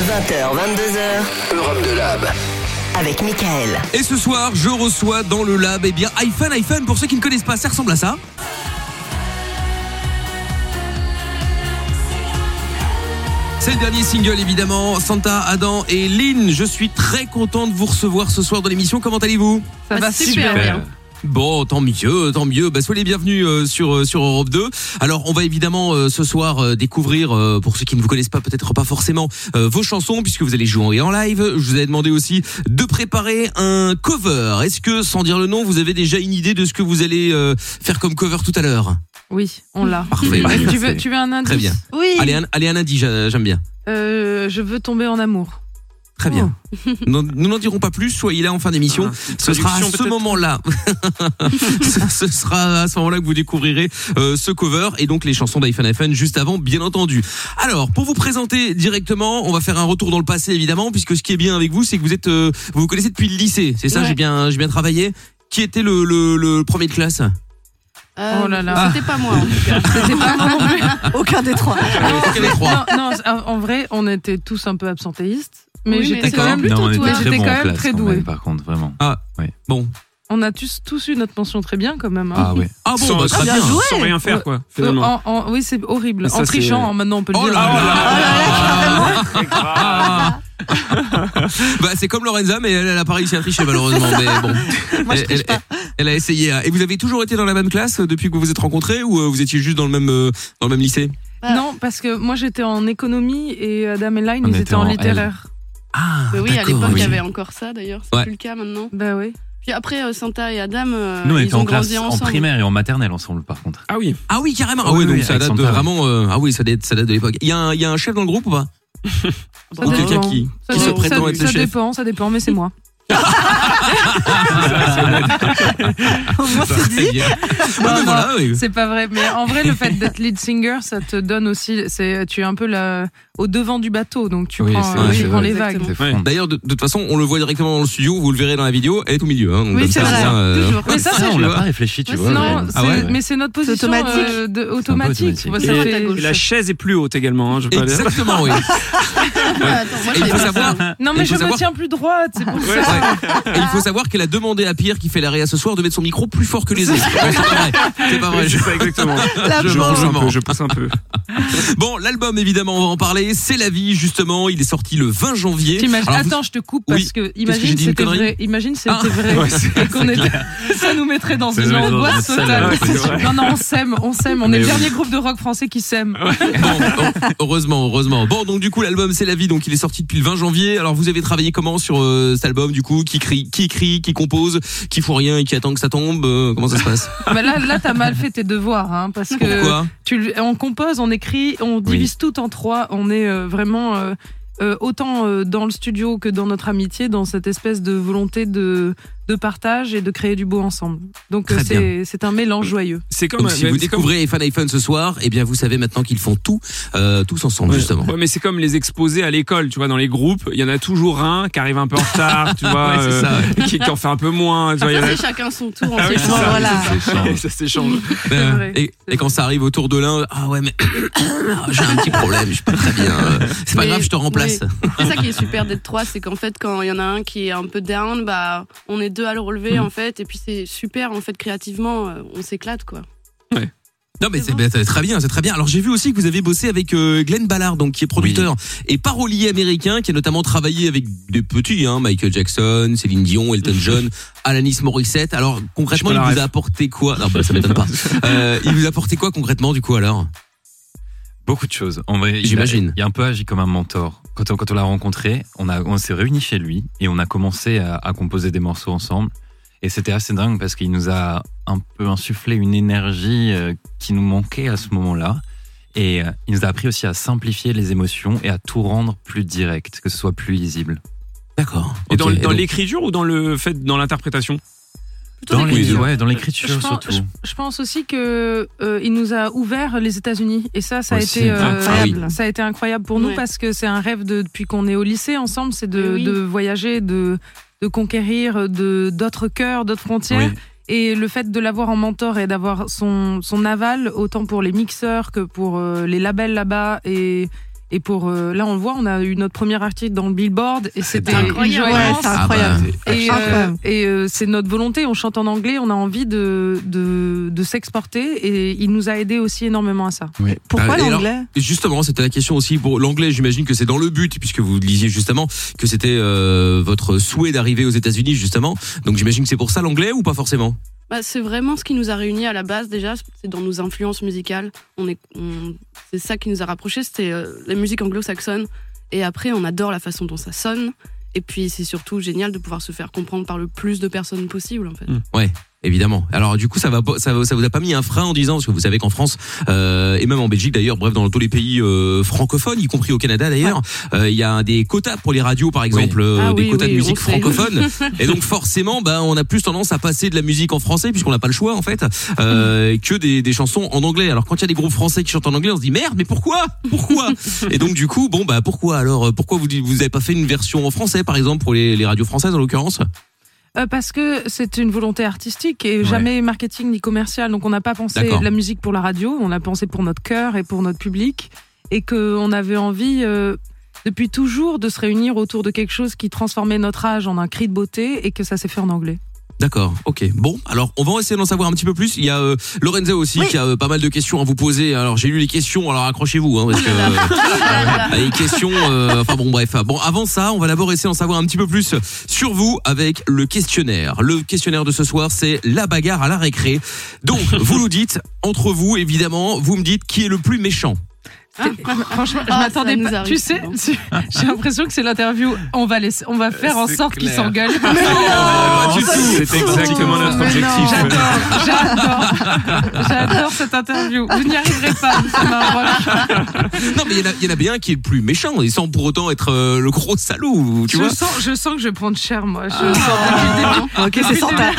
20h, 22h. Europe de Lab. Avec Michael. Et ce soir, je reçois dans le lab, eh bien, iPhone, iPhone, pour ceux qui ne connaissent pas, ça ressemble à ça. C'est le dernier single évidemment, Santa, Adam et Lynn. Je suis très content de vous recevoir ce soir dans l'émission. Comment allez-vous Ça va super, bien. Bon, tant mieux, tant mieux. Bah, soyez les bienvenus euh, sur euh, sur Europe 2. Alors, on va évidemment euh, ce soir euh, découvrir, euh, pour ceux qui ne vous connaissent pas, peut-être pas forcément euh, vos chansons, puisque vous allez jouer en live. Je vous ai demandé aussi de préparer un cover. Est-ce que, sans dire le nom, vous avez déjà une idée de ce que vous allez euh, faire comme cover tout à l'heure Oui, on l'a. Parfait. tu, veux, tu veux un indice Très bien. Oui. Allez, un, allez, un indice. j'a- J'aime bien. Euh, je veux tomber en amour. Très bien. Nous nous n'en dirons pas plus, soyez là en fin d'émission. ce sera à traduction, ce peut-être moment-là. ce, ce sera à ce moment-là que vous découvrirez euh, ce cover et donc les chansons d'iPhone iPhone juste avant, bien entendu. Alors, pour vous présenter directement, on va faire un retour dans le passé évidemment, puisque ce qui est bien avec vous, c'est que vous êtes, euh, vous vous connaissez depuis le lycée. C'est ça, Ouais. j'ai bien, j'ai bien travaillé. Qui était le, le, le premier de classe Euh, Oh là là. C'était pas moi en tout cas. Oh. C'était pas moi non plus. Aucun des trois. Il y en avait trois. Non, non, c'est- en vrai, on était tous un peu absentéistes. Mais Oui, j'étais mais quand c'est même vrai. plutôt non, on toi. était très J'étais bons quand en même classe, très quand doué. même, par contre, vraiment. Bon. On a tous, tous eu notre mention très bien quand même. hein. Ah ouais. Ah bon, Sans- bah, très bien bien. joué. sans rien faire quoi Euh, finalement. en- en- oui, c'est horrible. Ça, en c'est- trichant, en- maintenant on peut le Oh dire. là là Ah, Bah, c'est comme Lorenza, mais elle, elle a pas réussi à tricher malheureusement. mais bon, Moi, je elle, triche elle- pas. elle a essayé. hein. Et vous avez toujours été dans la même classe euh, depuis que vous vous êtes rencontrés ou euh, vous étiez juste dans le même euh, dans le même lycée Non, parce que moi j'étais en économie et Adam et Line, On ils était étaient en en L. littéraire. Ah, Mais oui, à d'accord, l'époque, il oui. y avait encore ça d'ailleurs. C'est Ouais. plus le cas maintenant. Bah oui. Puis après, euh, Santa et Adam, euh, Nous, on ils était ont en grandi classe, en ensemble. primaire et en maternelle ensemble, par contre. ah oui. Ah oui, carrément. Ah Oui, oui, oui, donc ça avec date son de talent. vraiment. euh, ah oui, ça date, ça date de l'époque. Il y, a un- il y a un chef dans le groupe ou pas Ça Ou dépend. quelqu'un qui Ça, qui se dé- prétend ça- être le ça chef dépend, ça dépend, mais c'est moi. Au moins, c'est dit. Très bien. Ouais, Non, mais non, voilà, oui. Ah, C'est pas vrai, mais en vrai, le fait d'être lead singer, ça te donne aussi. C'est, tu es un peu la- au devant du bateau, donc tu Oui, prends, euh, c'est vrai, tu c'est prends vrai. les vagues. hein. Exactement. C'est fond. D'ailleurs, de, de toute façon, on le voit directement dans le studio. Vous le verrez dans la vidéo. Elle est au milieu. hein, donc Oui, comme c'est ça, vrai. ça, euh, Toujours. Mais ça, Ça, c'est on l'a pas réfléchi, tu Ouais, vois. non, vraiment. c'est- Ah ouais mais c'est notre position automatique. euh, de- automatique. automatique. Ouais, Et, ça fait- et la chaise est plus haute également. hein, je veux pas dire. Exactement, oui. Ah, Attends, moi, Et je il faut savais pas savoir, ça. Non, Et mais il faut je me savoir- tiens plus droite, c'est pour Ouais, ça. Ouais. Et il faut savoir qu'elle a demandé à Pierre qui fait la réa ce soir de mettre son micro plus fort que les autres. Non, C'est pas vrai. C'est pas vrai. Oui, c'est ça, exactement. La je pauvre. pousse un Mens. peu. Je pousse un peu. Bon, l'album évidemment, on va en parler. C'est la vie justement. Il est sorti le 20 janvier. T'imagines- Alors, vous- Attends, je te coupe Oui. parce que que j'ai imagine dit, une c'était connerie vrai. Imagine c'était Ah. vrai. Ouais, c'est- et qu'on était- ça nous mettrait dans Ça une nous mettrait dans angoisse une salle, totale. ouais, c'est vrai. Non, non, on s'aime, on s'aime. On est Mais le oui. dernier groupe de rock français qui s'aime. Bon, bon, heureusement, heureusement. Bon, donc du coup, l'album C'est la vie, donc il est sorti depuis le 20 janvier. Alors, vous avez travaillé comment sur euh, cet album du coup Qui crie, qui écrit, qui compose, qui fout rien et qui attend que ça tombe Euh, Comment ça se passe Bah là, là, t'as mal fait tes devoirs, hein, parce que Pourquoi tu, le- on compose, on écrit, on divise tout en trois. On est euh, vraiment euh, euh, autant euh, dans le studio que dans notre amitié, dans cette espèce de volonté de, de partage et de créer du beau ensemble. Donc euh, Très c'est c'est un mélange joyeux. C'est comme Donc, un- si vous c'est comme- découvrez Fan iPhone ce soir, eh bien, vous savez maintenant qu'ils font tout, euh, tous ensemble Ouais. justement. Ouais, mais c'est comme les exposés à l'école, tu vois, dans les groupes, il y en a toujours un qui arrive un peu en retard, tu vois, Ouais, c'est euh, ça, qui, qui en fait un peu moins. Tu vois, il y en Ça, a- c'est chacun son tour. Ah en oui, fait. c'est ça. voilà. C'est chiant. Et ça s'échange. Euh, vrai, et, et quand ça arrive autour de l'un, ah ouais, mais j'ai un petit problème, je suis pas très bien. euh, C'est pas Mais- grave, je te remplace. C'est ça qui est super d'être trois, c'est qu'en fait, quand il y en a un qui est un peu down, bah, on est deux à le relever Mm. en fait. Et puis c'est super en fait, créativement, euh, on s'éclate quoi. Non mais C'est c'est ben, bon. c'est très bien, c'est très bien. Alors j'ai vu aussi que vous avez bossé avec euh, Glenn Ballard, donc qui est producteur et parolier américain, qui a notamment travaillé avec des petits, hein, Michael Jackson, Céline Dion, Elton John, Alanis Morissette. Alors concrètement, J'ai il pas la vous a ref. apporté quoi Non, bah, ça m'étonne pas. Euh, il vous a apporté quoi concrètement du coup alors Beaucoup de choses. En vrai, il a- J'imagine. Il a un peu agi comme un mentor. Quand on, quand on l'a rencontré, on, a- on s'est réunis chez lui et on a commencé à, à composer des morceaux ensemble. Et c'était assez dingue parce qu'il nous a un peu insufflé une énergie euh, qui nous manquait à ce moment-là. Et euh, il nous a appris aussi à simplifier les émotions et à tout rendre plus direct, que ce soit plus lisible. D'accord. Et dans, Ok, dans donc- l'écriture ou dans le fait, dans l'interprétation Plutôt Dans des les- questions. ouais, dans l'écriture Je pense, surtout. Oh, je- je pense aussi que euh, il nous a ouvert les États-Unis et ça, ça a Aussi. été euh, Incroyable. Ça a été incroyable pour nous Ouais. parce que c'est un rêve de, depuis qu'on est au lycée ensemble, c'est de, Mais oui. de voyager, de de conquérir de d'autres cœurs, d'autres frontières. Oui. Et le fait de l'avoir en mentor et d'avoir son, son aval, autant pour les mixeurs que pour euh, les labels là-bas et, Et pour euh, là, on le voit, on a eu notre premier article dans le Billboard et c'était une incroyable. joyance. Ouais, c'est incroyable. Et, euh, Incroyable. et, euh, c'est notre volonté, on chante en anglais, on a envie de, de, de s'exporter et il nous a aidé aussi énormément à ça. Pourquoi Ah, et alors- l'anglais Justement, c'était la question aussi pour l'anglais. J'imagine que c'est dans le but, puisque vous lisiez justement que c'était euh, votre souhait d'arriver aux États-Unis, justement. Donc j'imagine que c'est pour ça l'anglais ou pas forcément Bah, c'est vraiment ce qui nous a réunis à la base déjà, c'est dans nos influences musicales. On est, on- c'est ça qui nous a rapprochés, c'était euh, la musique anglo-saxonne. Et après, on adore la façon dont ça sonne. Et puis, c'est surtout génial de pouvoir se faire comprendre par le plus de personnes possible, en fait. Mm. Évidemment. Alors du coup, ça va, pas- ça, va- ça vous a pas mis un frein en disant, parce que vous savez qu'en France euh, et même en Belgique d'ailleurs, bref, dans tous les pays euh, francophones, y compris au Canada d'ailleurs, euh, il y a des quotas pour les radios, par exemple, euh, Ah des oui, quotas de oui, musique on sait. francophone. et donc forcément, ben on a plus tendance à passer de la musique en français puisqu'on n'a pas le choix en fait, Mm. euh, que des, des chansons en anglais. Alors quand il y a des groupes français qui chantent en anglais, on se dit merde, mais pourquoi, pourquoi Et donc du coup, bon bah pourquoi alors euh, Pourquoi vous dites- vous avez pas fait une version en français, par exemple, pour les, les radios françaises en l'occurrence Euh, parce que c'est une volonté artistique et jamais marketing ni commercial. Donc on n'a pas pensé D'accord. la musique pour la radio, on a pensé pour notre cœur et pour notre public. Et qu'on avait envie, euh, depuis toujours, de se réunir autour de quelque chose qui transformait notre âge en un cri de beauté et que ça s'est fait en anglais. D'accord, ok. Bon, alors on va essayer d'en savoir un petit peu plus. Il y a euh, Lorenzo aussi qui a euh, pas mal de questions à vous poser. Alors j'ai lu les questions, alors accrochez-vous, hein, parce que euh, les questions. euh, enfin bon, bref. Bon, avant ça, on va d'abord essayer d'en savoir un petit peu plus sur vous avec le questionnaire. Le questionnaire de ce soir, c'est la bagarre à la récré. Donc vous nous dites entre vous, évidemment, vous me dites qui est le plus méchant. C'était- Franchement, je Ah, m'attendais ça nous pas. arrive Tu sais, souvent. tu- j'ai l'impression que c'est l'interview. On va laisser, on va faire en C'est sorte qu'ils clair. s'engueulent. pas du tout. C'est exactement notre Mais non. objectif. J'adore, j'adore, j'adore cette interview. Vous n'y arriverez pas, monsieur Maroche. Non, mais il y en a- il y, en a bien qui est le plus méchant, et sans pour autant être euh, le gros salaud, tu je vois. sens, je sens que je vais prendre cher, moi. Je sens Ok, depuis c'est le début. Santa.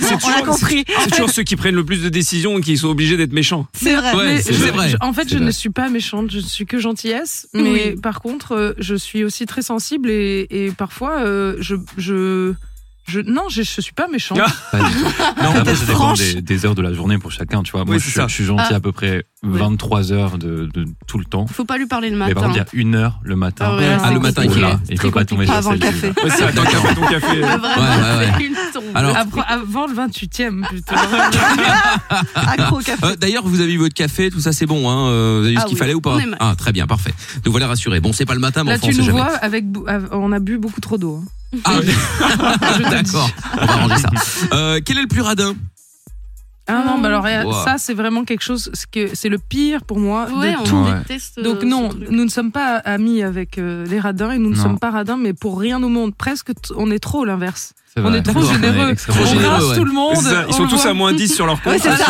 C'est On toujours, a compris. c'est toujours ceux qui prennent le plus de décisions et qui sont obligés d'être méchants. C'est vrai. Ouais, Mais c'est je- vrai. je- en fait, je vrai. ne suis pas méchante, je ne suis que gentillesse. Mais Oui. par contre, euh, je suis aussi très sensible et, et parfois, euh, je, je, je- non, je, je suis pas méchante. Ah. Non, Peut-être après, ça dépend franche. des, des heures de la journée pour chacun, tu vois. Moi, Oui, je, c'est suis- ça. je suis gentil Ah. à peu près Ouais. 23 heures de, de tout le temps. Faut pas lui parler le Mais par matin. contre, il y a une heure le matin. Ah ouais, Ah, le c'est matin, compliqué. il est là. Il Très faut pas tomber compliqué. Pas sur avant le celle café. Ouais, c'est attends, café, ton café. Ah, Vraiment, Ouais, ouais, c'est une tombe. Alors, Après- avant le 28e, plutôt. Ah, Accro au café. Euh, D'ailleurs, vous avez eu votre café, tout ça, c'est bon. Hein euh, vous avez eu Ah ce qu'il oui, fallait ou pas on est mat. Ah, très bien, parfait. Donc voilà, rassuré. Bon, c'est pas le matin, mais Là, enfin, tu on sait nous jamais. vois, avec, bou- av- on a bu beaucoup trop d'eau. hein. Ah, Je te le dis. d'accord. On va arranger ça. Euh, quel est le plus radin Ah non, bah alors Wow. ça, c'est vraiment quelque chose, ce que c'est le pire pour moi. de ouais, tout. on Ouais. déteste. euh, Donc ce non, truc. nous ne sommes pas amis avec euh, les radins et nous ne Non. sommes pas radins, mais pour rien au monde, presque, t- on est trop l'inverse. C'est On vrai. est trop D'accord. On généreux. est extrêmement Trop on généreux. rase ouais. tout le monde. C'est ça, on Ils sont le tous voit. à moins 10 sur leur compte. Ouais, c'est ça.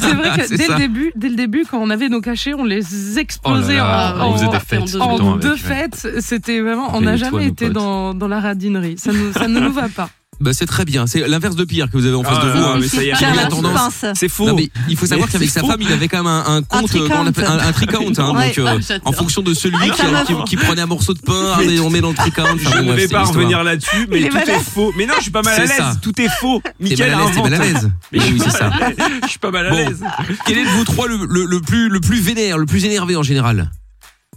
C'est vrai que C'est dès ça. le début, dès le début, quand on avait nos cachets, on les Oh là explosait là, en, on en- faisait des en fêtes deux tout le en temps avec, deux ouais. fêtes. C'était vraiment, On on n'a payait tout à jamais nos été potes. dans, dans la radinerie. Ça, nous, ça ne nous va pas. bah, C'est très bien. C'est l'inverse de pire que vous avez en face Ah de là vous. là, hein. mais ça y est, Tiens, Il a la tendance. pince. C'est faux. Non, mais il faut savoir Mais qu'avec c'est sa faux. femme, il avait quand même un, un compte, euh, tricount. comment on l'appelle un, un tricount, hein, Ouais. donc euh, Ah, j'adore. en fonction de celui Avec qui, sa meuf. qui- qui prenait un morceau de pain, on met- on met dans le tricount. Enfin, Je bon, ne bref, vais c'est pas l'histoire. revenir là-dessus, Il mais est tout mal à est l'aise. faux. Mais non, je suis pas mal C'est à l'aise. ça. Tout est faux. T'es mal Michael à a l'aise, t'es mal à inventé. l'aise. Mais oui, c'est ça. Je suis pas mal à Bon. l'aise. Quel est de vous trois le, le- le plus, le plus vénère, le plus énervé en général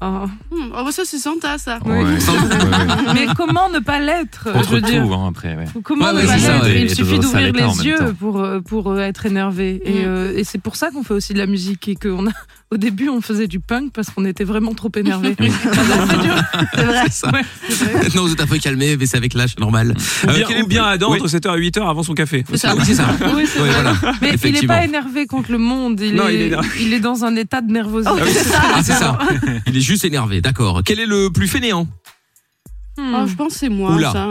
Oh. Hmm, Oh, bah, ça, c'est Santa, ça. Ouais. Ouais, ouais. Mais comment ne pas l'être Contre Je veux dire. tout, hein, après. ouais. Comment Ouais, ne ouais, pas Ah, c'est ça, l'être ouais. Il Et de suffit voir ça à d'ouvrir l'écran en les même yeux temps. pour, euh, pour euh, être énervé. Et, Mm. euh, et c'est pour ça qu'on fait aussi de la musique et qu'on a. Au début, on faisait du punk parce qu'on était vraiment trop énervé. C'est vrai. Non, vous êtes un peu calmé, mais c'est avec l'âge, normal. Ou Euh, bien- quel est- Ou bien Adam Oui. entre 7h et 8h avant son café. C'est Ah ça. oui, c'est ça. Oui, c'est Oui, vrai. voilà. Mais il n'est Effectivement. pas énervé contre le monde. Il, Non, est, il il, est est énervé. dans un état de nervosité. Oh, c'est ça. Ah, c'est ça. Il est juste énervé, d'accord. Quel est le plus fainéant Hmm. Oh, je pense que c'est moi, Oula. ça.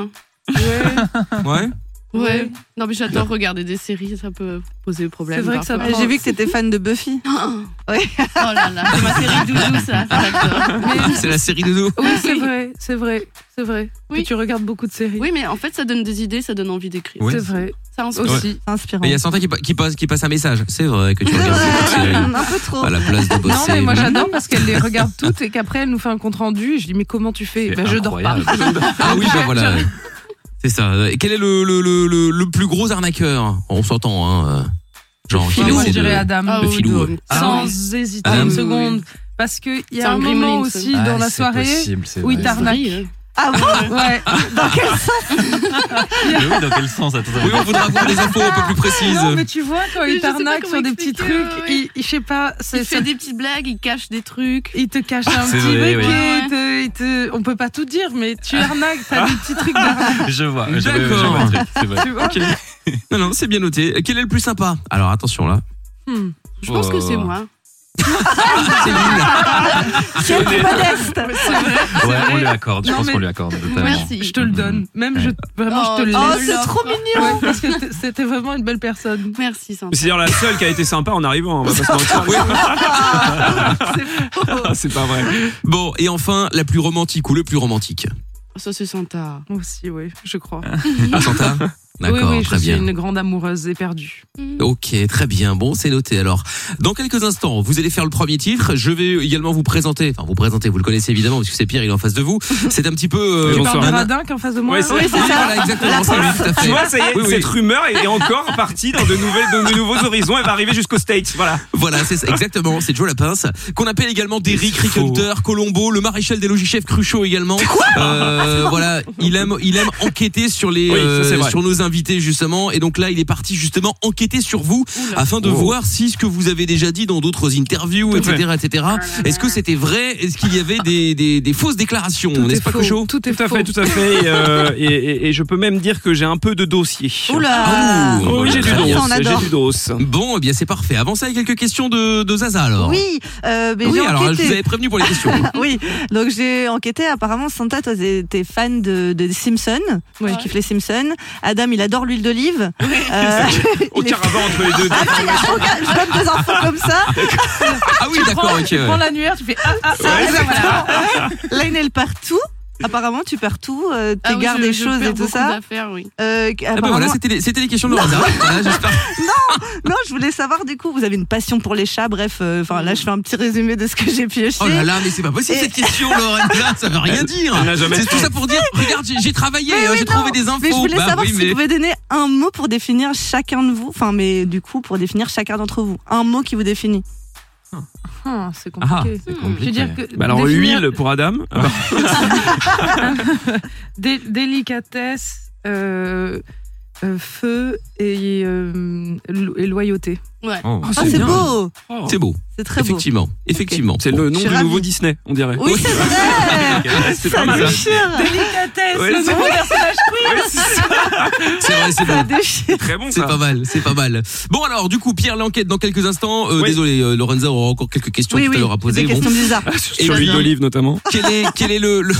Ouais. Ouais. Ouais. Ouais. Non, mais j'adore regarder des séries, ça peut poser problème. C'est vrai que ça parfois. peut- J'ai vu que t'étais fan de Buffy. Oh là là, c'est ma série doudou, ça. J'adore. Mais- C'est la série de nous. oui, c'est vrai, c'est vrai, c'est vrai. Oui. Et tu regardes beaucoup de séries. Oui, mais en fait, ça donne des idées, ça donne envie d'écrire. Oui. C'est vrai, Ça inspire. aussi. C'est inspirant. Mais il y a Santa qui, pa- qui passe, qui passe un message. C'est vrai que tu regardes beaucoup de séries Un peu trop. à la place de bosser. Non, mais moi j'adore parce qu'elle les regarde toutes et qu'après elle nous fait un compte rendu. Et je dis, mais comment tu fais C'est Ben, Je dors pas. incroyable. Ah oui, bah voilà. C'est ça. Et quel est le, le, le, le, le plus gros arnaqueur On s'entend, hein. euh, Genre, qui Filou, essaie Bah, je de. dirais Adam. Ah Le oui, filou. donc, Ah ça, Sans ouais. hésiter Ah, une oui, seconde. oui. parce qu'il y C'est a un, un moment gremlin, aussi Ah, dans la c'est soirée possible, c'est où il vrai. t'arnaque. Ah bon Ouais. Dans quel sens Mais oui, dans quel sens attends, Oui, on voudra avoir des infos un peu plus précises. Non, mais tu vois, quand Mais je il sais pas t'arnaque comment sur des petits trucs, expliquer, ouais, ouais. il, il- je sais pas, c'est- Il c'est- fait des petites blagues, il cache des trucs. il te cache un C'est petit vrai, briquet, oui. Ah. il te- il te- on peut pas tout dire, mais tu arnaques, t'as des petits trucs d'arnaque, Je vois. je- je- je D'accord. vois le truc, c'est vrai. tu vois. Ok. Non, non, c'est bien noté. Quel est le plus sympa Alors attention là. Hmm. Je pense que c'est Oh. moi. C'est nul. Quel plus modeste Ouais, on lui accorde. Je Non, pense mais- qu'on lui accorde. totalement. Mm-hmm. Merci. Je te le donne, même je, vraiment, je te le Oh, Oh, laisse. c'est l'offre. trop mignon Ouais, parce que t- c'était vraiment une belle personne. Merci, sympa. C'est-à-dire la seule qui a été sympa en arrivant, on va pas se mentir. Ah, c'est pas vrai. Bon, et enfin, la plus romantique ou le plus romantique Ça, c'est Santa. Moi aussi, oui, je crois. Ah, Santa D'accord, oui, oui, très je bien. suis une grande amoureuse éperdue. Ok, très bien. Bon, c'est noté. Alors, dans quelques instants, vous allez faire le premier titre. Je vais également vous présenter. Enfin, vous présenter. Vous le connaissez évidemment parce que c'est Pierre, il est en face de vous. C'est un petit peu. Tu euh, parles Le Pardon. radin qui est en face de moi. Ouais, là. c'est- Oui, voilà, Ah, exactement. C'est lui, tout à fait. Tu vois, ça y est, Oui, oui. cette rumeur est encore partie dans de, nouvelles, de nouveaux horizons. Elle va arriver jusqu'aux States. Voilà. Voilà, c'est ça, exactement, c'est Joe Lapince, qu'on appelle également Derrick, C'est faux. Rickenter, Colombo, le maréchal des logis-chefs Cruchot également. euh, voilà, il aime, il aime enquêter sur les, Oui, ça, euh, c'est vrai. sur nos invités justement, et donc là, il est parti justement enquêter sur vous afin de Oh. voir si ce que vous avez déjà dit dans d'autres interviews, Tout à etc., etc. Ah Est-ce que c'était vrai Est-ce qu'il y avait des, des, des fausses déclarations Tout N'est-ce est pas faux, Cruchot Tout est Tout à faux. fait, tout à fait. Et, euh, et- et- et je peux même dire que j'ai un peu de dossier. Oula Oh, Oh oui, j'ai du Très dos. bien. on adore. J'ai du dos. Bon, eh bien c'est parfait. Avancez avec quelques questions de, de Zaza alors. Eh Oui, euh, mais Oui, j'ai alors je vous enquêté. avais prévenu pour les questions. Oui, donc j'ai enquêté. Apparemment, Santa, toi, t'es t'es fan de, de Simpson. Moi, je Ouais. kiffe les Simpsons. Adam, il adore l'huile d'olive. Euh, il est- Aucun rapport entre les deux. Ah, il y a aucun- Je donne des infos comme ça. Ah oui, Tu d'accord, prends, ok. tu ouais. prends l'annuaire, tu fais ah ah ah, Ouais, et ben voilà. Lane, elle part tout. Apparemment, tu perds tout. euh, Ah tu oui, gardes je- des je choses perds et tout beaucoup ça. d'affaires, oui. Euh, Ah bah apparemment- voilà, c'était les, c'était les questions de Rosa. Voilà, j'espère. Non, je voulais savoir du coup, vous avez une passion pour les chats. Bref, euh, enfin là, je fais un petit résumé de ce que j'ai pioché. Oh là là, mais c'est pas possible cette question, Lorenza, ça veut rien dire. Elle n'a jamais C'est tout ça pour dire, regarde, j'ai- j'ai travaillé, Mais hein, oui, j'ai non, trouvé des infos. Mais je voulais Bah savoir oui, si mais- vous pouvez donner un mot pour définir chacun de vous. Enfin, mais du coup, pour définir chacun d'entre vous. Un mot qui vous définit. Ah, c'est compliqué. C'est Je veux compliqué. dire que Bah alors définir- huile pour Adam. Ah bah, Dé- délicatesse, euh, euh, feu et, euh, lo- et loyauté. Ouais. Oh, Ah, c'est bien. Oh. beau Oh. C'est beau, C'est très beau. effectivement. Effectivement. C'est Bon. le nom Je suis du nouveau ravie. Disney, on dirait. Oh. Oui, c'est vrai C'est Ça pas mal. hein. déchire hein. Délicatesse, Ouais, le c'est nouveau personnage queen. C'est vrai, c'est Ça beau. déchire Très bon C'est ça. pas mal, c'est pas mal. Bon alors, du coup, Pierre l'enquête dans quelques instants. Euh, Oui. Désolé, euh, Lorenza aura encore quelques questions Oui, tout à oui, l'heure à c'est poser. des Bon. questions bizarres. Et Sur puis, l'huile d'olive notamment. quel est, quel est le, le-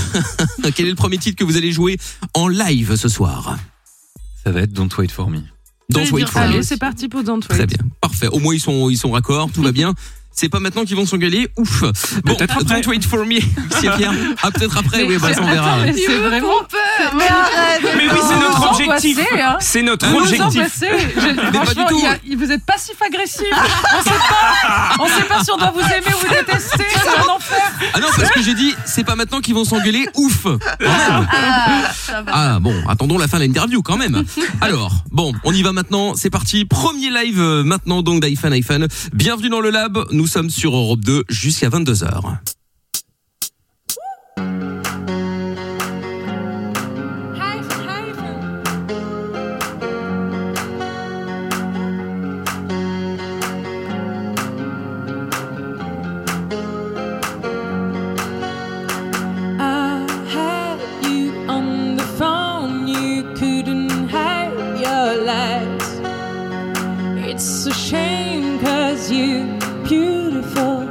quel est le premier titre que vous allez jouer en live ce soir Ça va être Don't Wait For Me. Dans J'allais Wait dire For ça, Me. Allez, oui. c'est parti pour Don't Wait. Très bien, parfait. Au moins ils sont ils sont raccords, tout va bien. C'est pas maintenant qu'ils vont s'engueuler, ouf. Bon, Peut-être après. Don't wait for me, c'est bien. Ah peut-être après, Mais oui, bah ça on attends, verra. mais c'est vraiment. Mais arrête Mais oui, c'est Vous notre nous objectif. angoissez, hein. C'est notre Vous nous objectif. embrassez. Je- pas Franchement, du tout. il y a- il- vous êtes passif-agressif. On sait pas. On sait pas si on doit vous aimer ou vous détester. C'est un enfer. Ah non, parce que j'ai dit, c'est pas maintenant qu'ils vont s'engueuler, ouf. Ah, ça va. Ah bon, attendons la fin de l'interview quand même. Alors, bon, on y va maintenant, c'est parti. Premier live euh, maintenant donc d'iPhone iPhone. Bienvenue dans le lab, nous sommes sur Europe 2 jusqu'à 22h. I had you on the phone, you couldn't hide your lies. It's a shame, cause you're beautiful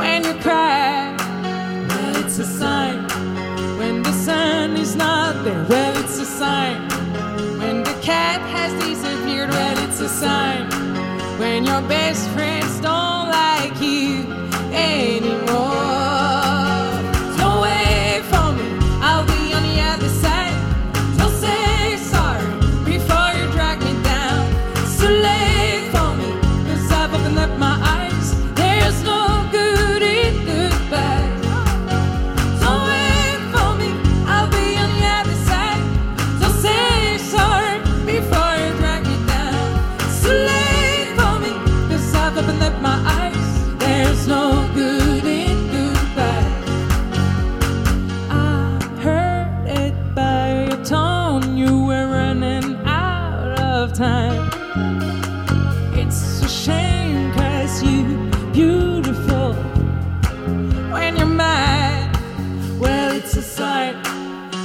when you cry. Well, it's a sign when the sun is not there. Well, it's a sign when the cat has disappeared. Well, it's a sign when your best friends don't like you anymore. Don't wait for me, I'll be on the other side. Don't say sorry before you drag me down. It's too late for me, cause I've opened up my eyes. There's no good in goodbyes. Don't wait for me, I'll be on the other side. Don't say sorry before you drag me down. It's too late for me, cause I've opened up my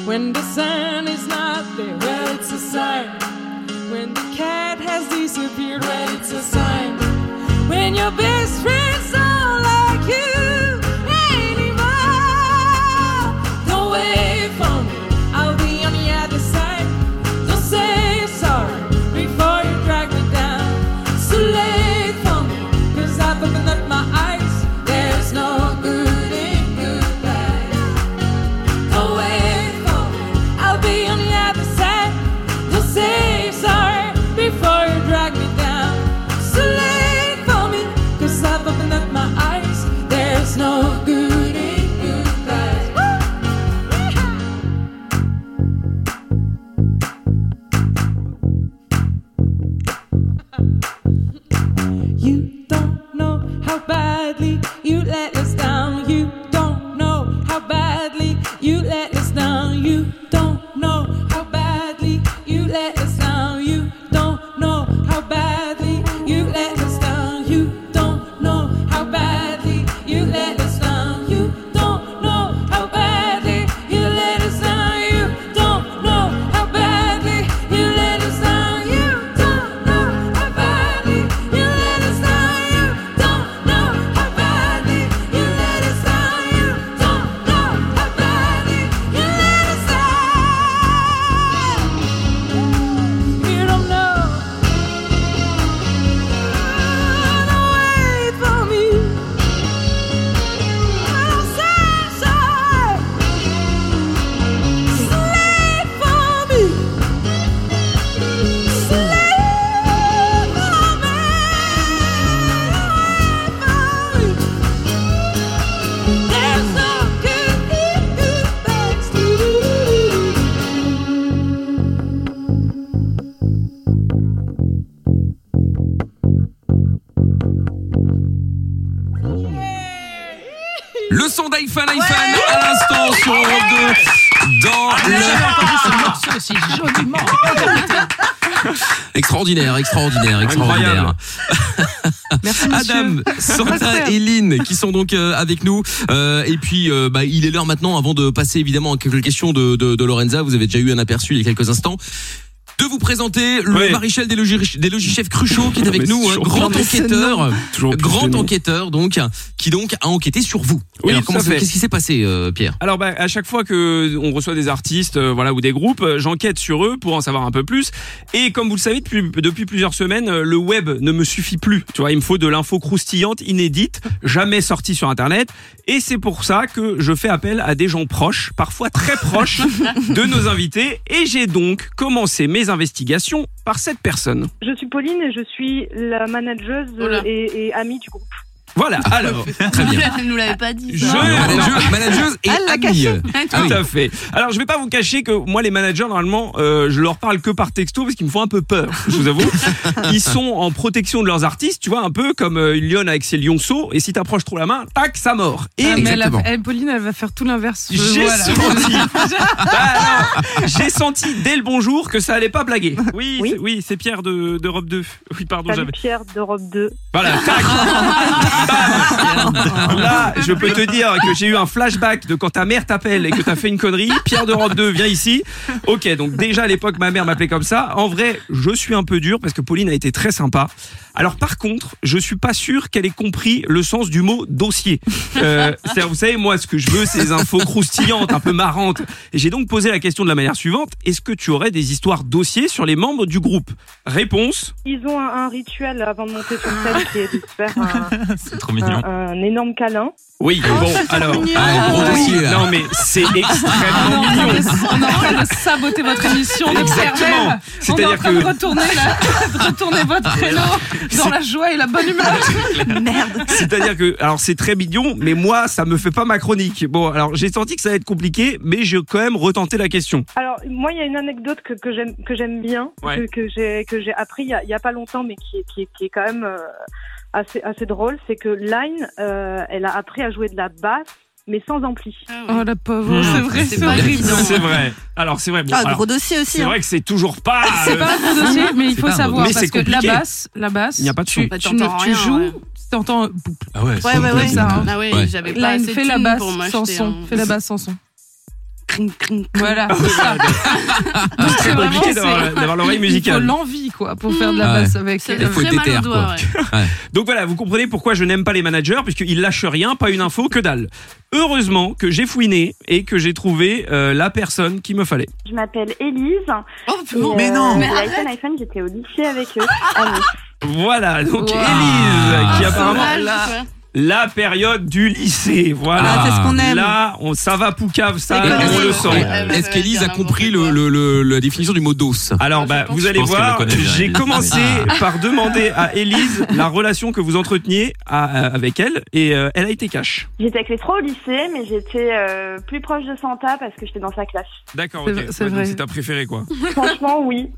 When the sun is not there, well, it's a sign. When the cat has disappeared, well, it's a sign. When your best friends don't like you anymore, don't wait for me. I'll be on the other side. Don't say sorry before you drag me down. It's too late for me, cause I've opened up my eyes. There's no good in goodbye. Don't wait for me, I'll be on the other side. Don't say sorry before you drag me down. It's too late for me, cause I've opened up my eyes. There's no good in goodbye. You don't know how badly you let us down. You don't know how badly you let us down. You don't know how badly you let us down. You don't know how badly you let us down. You don't know how badly you let us down. You don't know how badly you let us down. You don't know how badly you let us down. You don't know how badly you let us down. You don't know how badly you let us down. You don't know how badly you let us down. You don't know. Don't wait for me. Don't say sorry. It's late for me. It's late for me. Don't wait for me. There's no good in goodbyes. Le son d'iPhone iPhone à l'instant sur Europe 2 dans le extraordinaire extraordinaire extraordinaire Merci, monsieur. Adam, Santa et Lynn qui sont donc euh, avec nous Euh, et puis euh, bah, il est l'heure maintenant avant de passer évidemment à quelques questions de, de, de Lorenza vous avez déjà eu un aperçu il y a quelques instants de vous présenter le Ouais. maréchal des logis des logis chefs Cruchot qui est avec Mais nous c'est un toujours grand plus- enquêteur euh, Toujours plus grand gêné. enquêteur donc qui donc a enquêté sur vous Oui, alors tout comment à ça- fait. qu'est-ce qui s'est passé euh, Pierre Alors bah, à chaque fois que on reçoit des artistes, euh, voilà ou des groupes, euh, j'enquête sur eux pour en savoir un peu plus. Et comme vous le savez depuis, depuis plusieurs semaines, euh, le web ne me suffit plus. Tu vois, il me faut de l'info croustillante, inédite, jamais sortie sur Internet. Et c'est pour ça que je fais appel à des gens proches, parfois très proches, de nos invités. Et j'ai donc commencé mes investigations par cette personne. Je suis Pauline et je suis la manageuse Oh là. et, et amie du groupe. Voilà. Alors. Très bien. Elle nous l'avait pas dit. Je- ça. Ah, Manageuse, manageuse et Elle l'a amie. caché. Ah oui. Tout à fait. Alors, je vais pas vous cacher que moi, les managers, normalement, euh, je leur parle que par texto parce qu'ils me font un peu peur, je vous avoue. Ils sont en protection de leurs artistes, tu vois, un peu comme euh, une lionne avec ses lionceaux. Et si t'approches trop la main, tac, ça mord. Et Ah, mais elle a- Exactement. elle, Pauline, elle va faire tout l'inverse. Je- j'ai voilà. senti, Ah, non. j'ai senti dès le bonjour que ça allait pas blaguer. Oui, Oui. c'est- oui, c'est Pierre de d'Europe 2. Oui, pardon, Salut j'avais. Pierre d'Europe 2. Voilà, Ah, tac. Bam. Là, je peux te dire que j'ai eu un flashback de quand ta mère t'appelle et que t'as fait une connerie. Pierre de Rente 2, viens ici. Ok, donc déjà à l'époque, ma mère m'appelait comme ça. En vrai, je suis un peu dur parce que Pauline a été très sympa. Alors par contre, je suis pas sûr qu'elle ait compris le sens du mot dossier. Euh, c'est-à-dire, vous savez, moi, ce que je veux, c'est des infos croustillantes, un peu marrantes. Et j'ai donc posé la question de la manière suivante. Est-ce que tu aurais des histoires dossiers sur les membres du groupe Réponse. Ils ont un, un rituel avant de monter sur scène qui est de se faire un, C'est trop mignon. un- un énorme câlin. Oui, bon, alors. Ah, gros Oui, Ah, dossier, là. Non mais c'est extrêmement On est en train mignon. de- on est en train de saboter votre émission. nos Exactement. cervelles. On est en C'est-à-dire train de que retourner, la- de retourner votre créneau dans la joie et la bonne humeur. Merde. c'est-à-dire que alors c'est très mignon, mais moi ça me fait pas ma chronique. Bon alors j'ai senti que ça allait être compliqué, mais j'ai quand même retenté la question. Alors moi, il y a une anecdote que, que j'aime que j'aime bien, Ouais. que, que j'ai que j'ai appris il y, a, il y a pas longtemps, mais qui est qui est, qui est quand même euh, assez assez drôle, c'est que Line, euh, elle a appris à jouer de la basse, mais sans ampli. Ah ouais. Oh la pauvre, Mmh. c'est vrai, C'est c'est pas horrible. évident. C'est vrai. Alors c'est vrai. Bon, Ah, alors, gros dossier aussi. c'est hein. vrai que c'est toujours pas. Ah, C'est euh, pas un gros dossier, mais il C'est faut pas un gros savoir dossier. Mais parce c'est que la compliqué. basse, la basse, Il n'y a pas de son. tu, Bah, tu, t'entends ne- tu rien, joues, ouais. t'entends. Ah ouais, hein. Ouais, ouais, ouais. Ah ouais, Ouais. j'avais pas Line, assez de fais la thunes basse pour m'acheter hein. sans son. un- Fais la basse sans son. cring, cring, cring. Voilà. c'est ça. Donc, c'est Très vraiment, compliqué c'est- d'avoir d'avoir l'oreille Il faut musicale. l'envie, quoi, pour faire de la Ouais. basse avec. euh, C'est Il faut très être mal déter, au doigt. quoi. ouais. Donc voilà, vous comprenez pourquoi je n'aime pas les managers, puisqu'ils lâchent rien, pas une info, que dalle. Heureusement que j'ai fouiné et que j'ai trouvé euh, la personne qu'il me fallait. Je m'appelle Élise. Oh, et, putain. mais non. Mais pour l'iPhone, iPhone, j'étais au lycée avec eux. à Nice. Voilà, donc Wow. Élise, qui Ah, apparemment sauvage, ouais. la période du lycée. Voilà. Ah, c'est ce qu'on aime. Là, on, ça va poucave, ça, Et on est-ce- le oui, sent. oui. est-ce est-ce qu'Élise a compris le, le- le- la définition du mot d'os Alors, Ah, Je bah, pense- vous Je allez pense qu'elle voir, le connaît bien, j'ai Élise. commencé par demander à Élise la relation que vous entreteniez à- avec elle, et euh, elle a été cash. J'étais avec les trois au lycée, mais j'étais euh, plus proche de Santa parce que j'étais dans sa classe. D'accord, C'est ok. vrai- c'est Ouais, donc vrai. C'est ta préférée, quoi. Franchement, oui.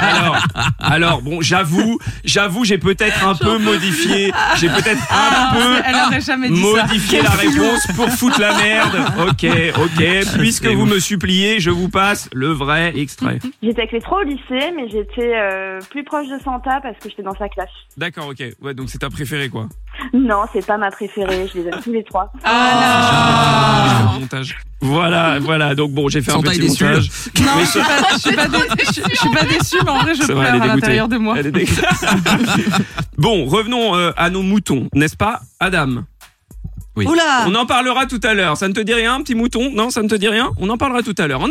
Alors, alors bon, j'avoue, j'avoue, j'ai peut-être un peu modifié, j'ai peut-être un peu Ah, ah, Elle aurait jamais dit ça. modifié la réponse pour foutre la merde. Ok, ok. Puisque C'est vous ouf. me suppliez, je vous passe le vrai extrait. J'étais avec les trois au lycée, mais j'étais euh, plus proche de Santa parce que j'étais dans sa classe. D'accord, ok. Ouais, donc c'est ta préférée, quoi. Non, c'est pas ma préférée. Je les aime tous les trois. Ah Je fais un montage. Voilà, voilà. Donc bon, j'ai fait un Santa petit est déçue. montage. non Non, Mais je suis pas- je suis pas dé- je suis- je suis pas déçue, mais en vrai, je C'est vrai, pleure à elle est dégoûtée. l'intérieur de moi. Elle est dé- bon, revenons euh, à nos moutons, n'est-ce pas, Adam Oui. Oula On en parlera tout à l'heure. Ça ne te dit rien, petit mouton Non, ça ne te dit rien On en parlera tout à l'heure. En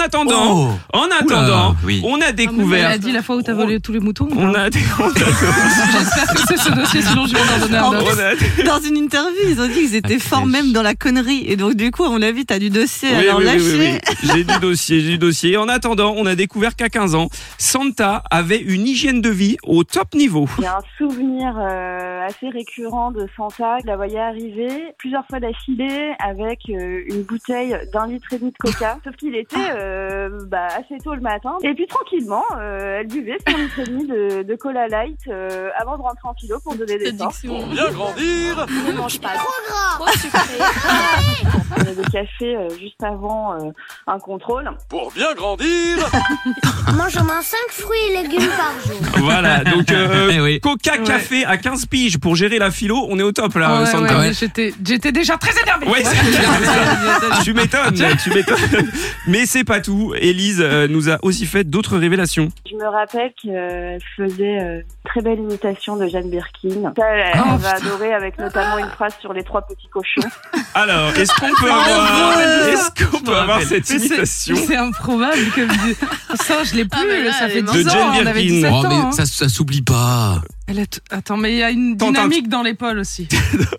Oh attendant, En attendant, oui. Ah, on a Elle découvert. a dit la fois où t'as volé tous les moutons. On a, on a- J'espère que c'est ce dossier, sinon je vais en donner un En autre. on a- Dans une interview, ils ont dit qu'ils étaient Ah, forts crèche. même dans la connerie. Et donc, du coup, à mon avis, t'as du dossier à Oui, leur oui, oui, lâcher. oui, oui. J'ai du dossier, j'ai du dossier. En attendant, on a découvert qu'à 15 ans, Santa avait une hygiène de vie au top niveau. Il y a un souvenir euh, assez récurrent de Santa. Je la voyais arriver plusieurs fois d'affilée avec euh, une bouteille d'un litre et demi de coca. Sauf qu'il était euh, bah, assez tôt le matin. Et puis tranquillement, euh, elle buvait son litre et demi de, de cola light euh, avant de rentrer en philo pour donner des forces. Addiction. Ne mange pas trop gras, trop sucré. On avait café euh, juste avant euh, un contrôle. Mange au moins 5 fruits et légumes par jour. Voilà, donc euh, Eh oui. Coca Ouais. Café à 15 piges pour gérer la philo, on est au top là, Ouais, ouais, Santa. mais j'étais- J'étais déjà très énervée. Ouais, c'est- Tu m'étonnes, tu m'étonnes. Mais c'est pas tout. Élise euh, nous a aussi fait d'autres révélations. Je me rappelle qu'elle faisait euh, une très belle imitation de Jeanne Birkin. Ça, elle Oh, elle va adorer avec notamment une phrase sur les trois petits cochons. Alors, est-ce qu'on peut avoir, Dieu. est-ce qu'on peut avoir cette Mais c'est- imitation C'est improbable que ça je l'ai plus, Ah, mais là, ça elle fait est 10 morte. ans, De Jane on avait Birkin. 17 Oh, ans. hein. mais ça, ça s'oublie pas. Elle est... Attends, mais il y a une Tente un dynamique dans l'épaule aussi.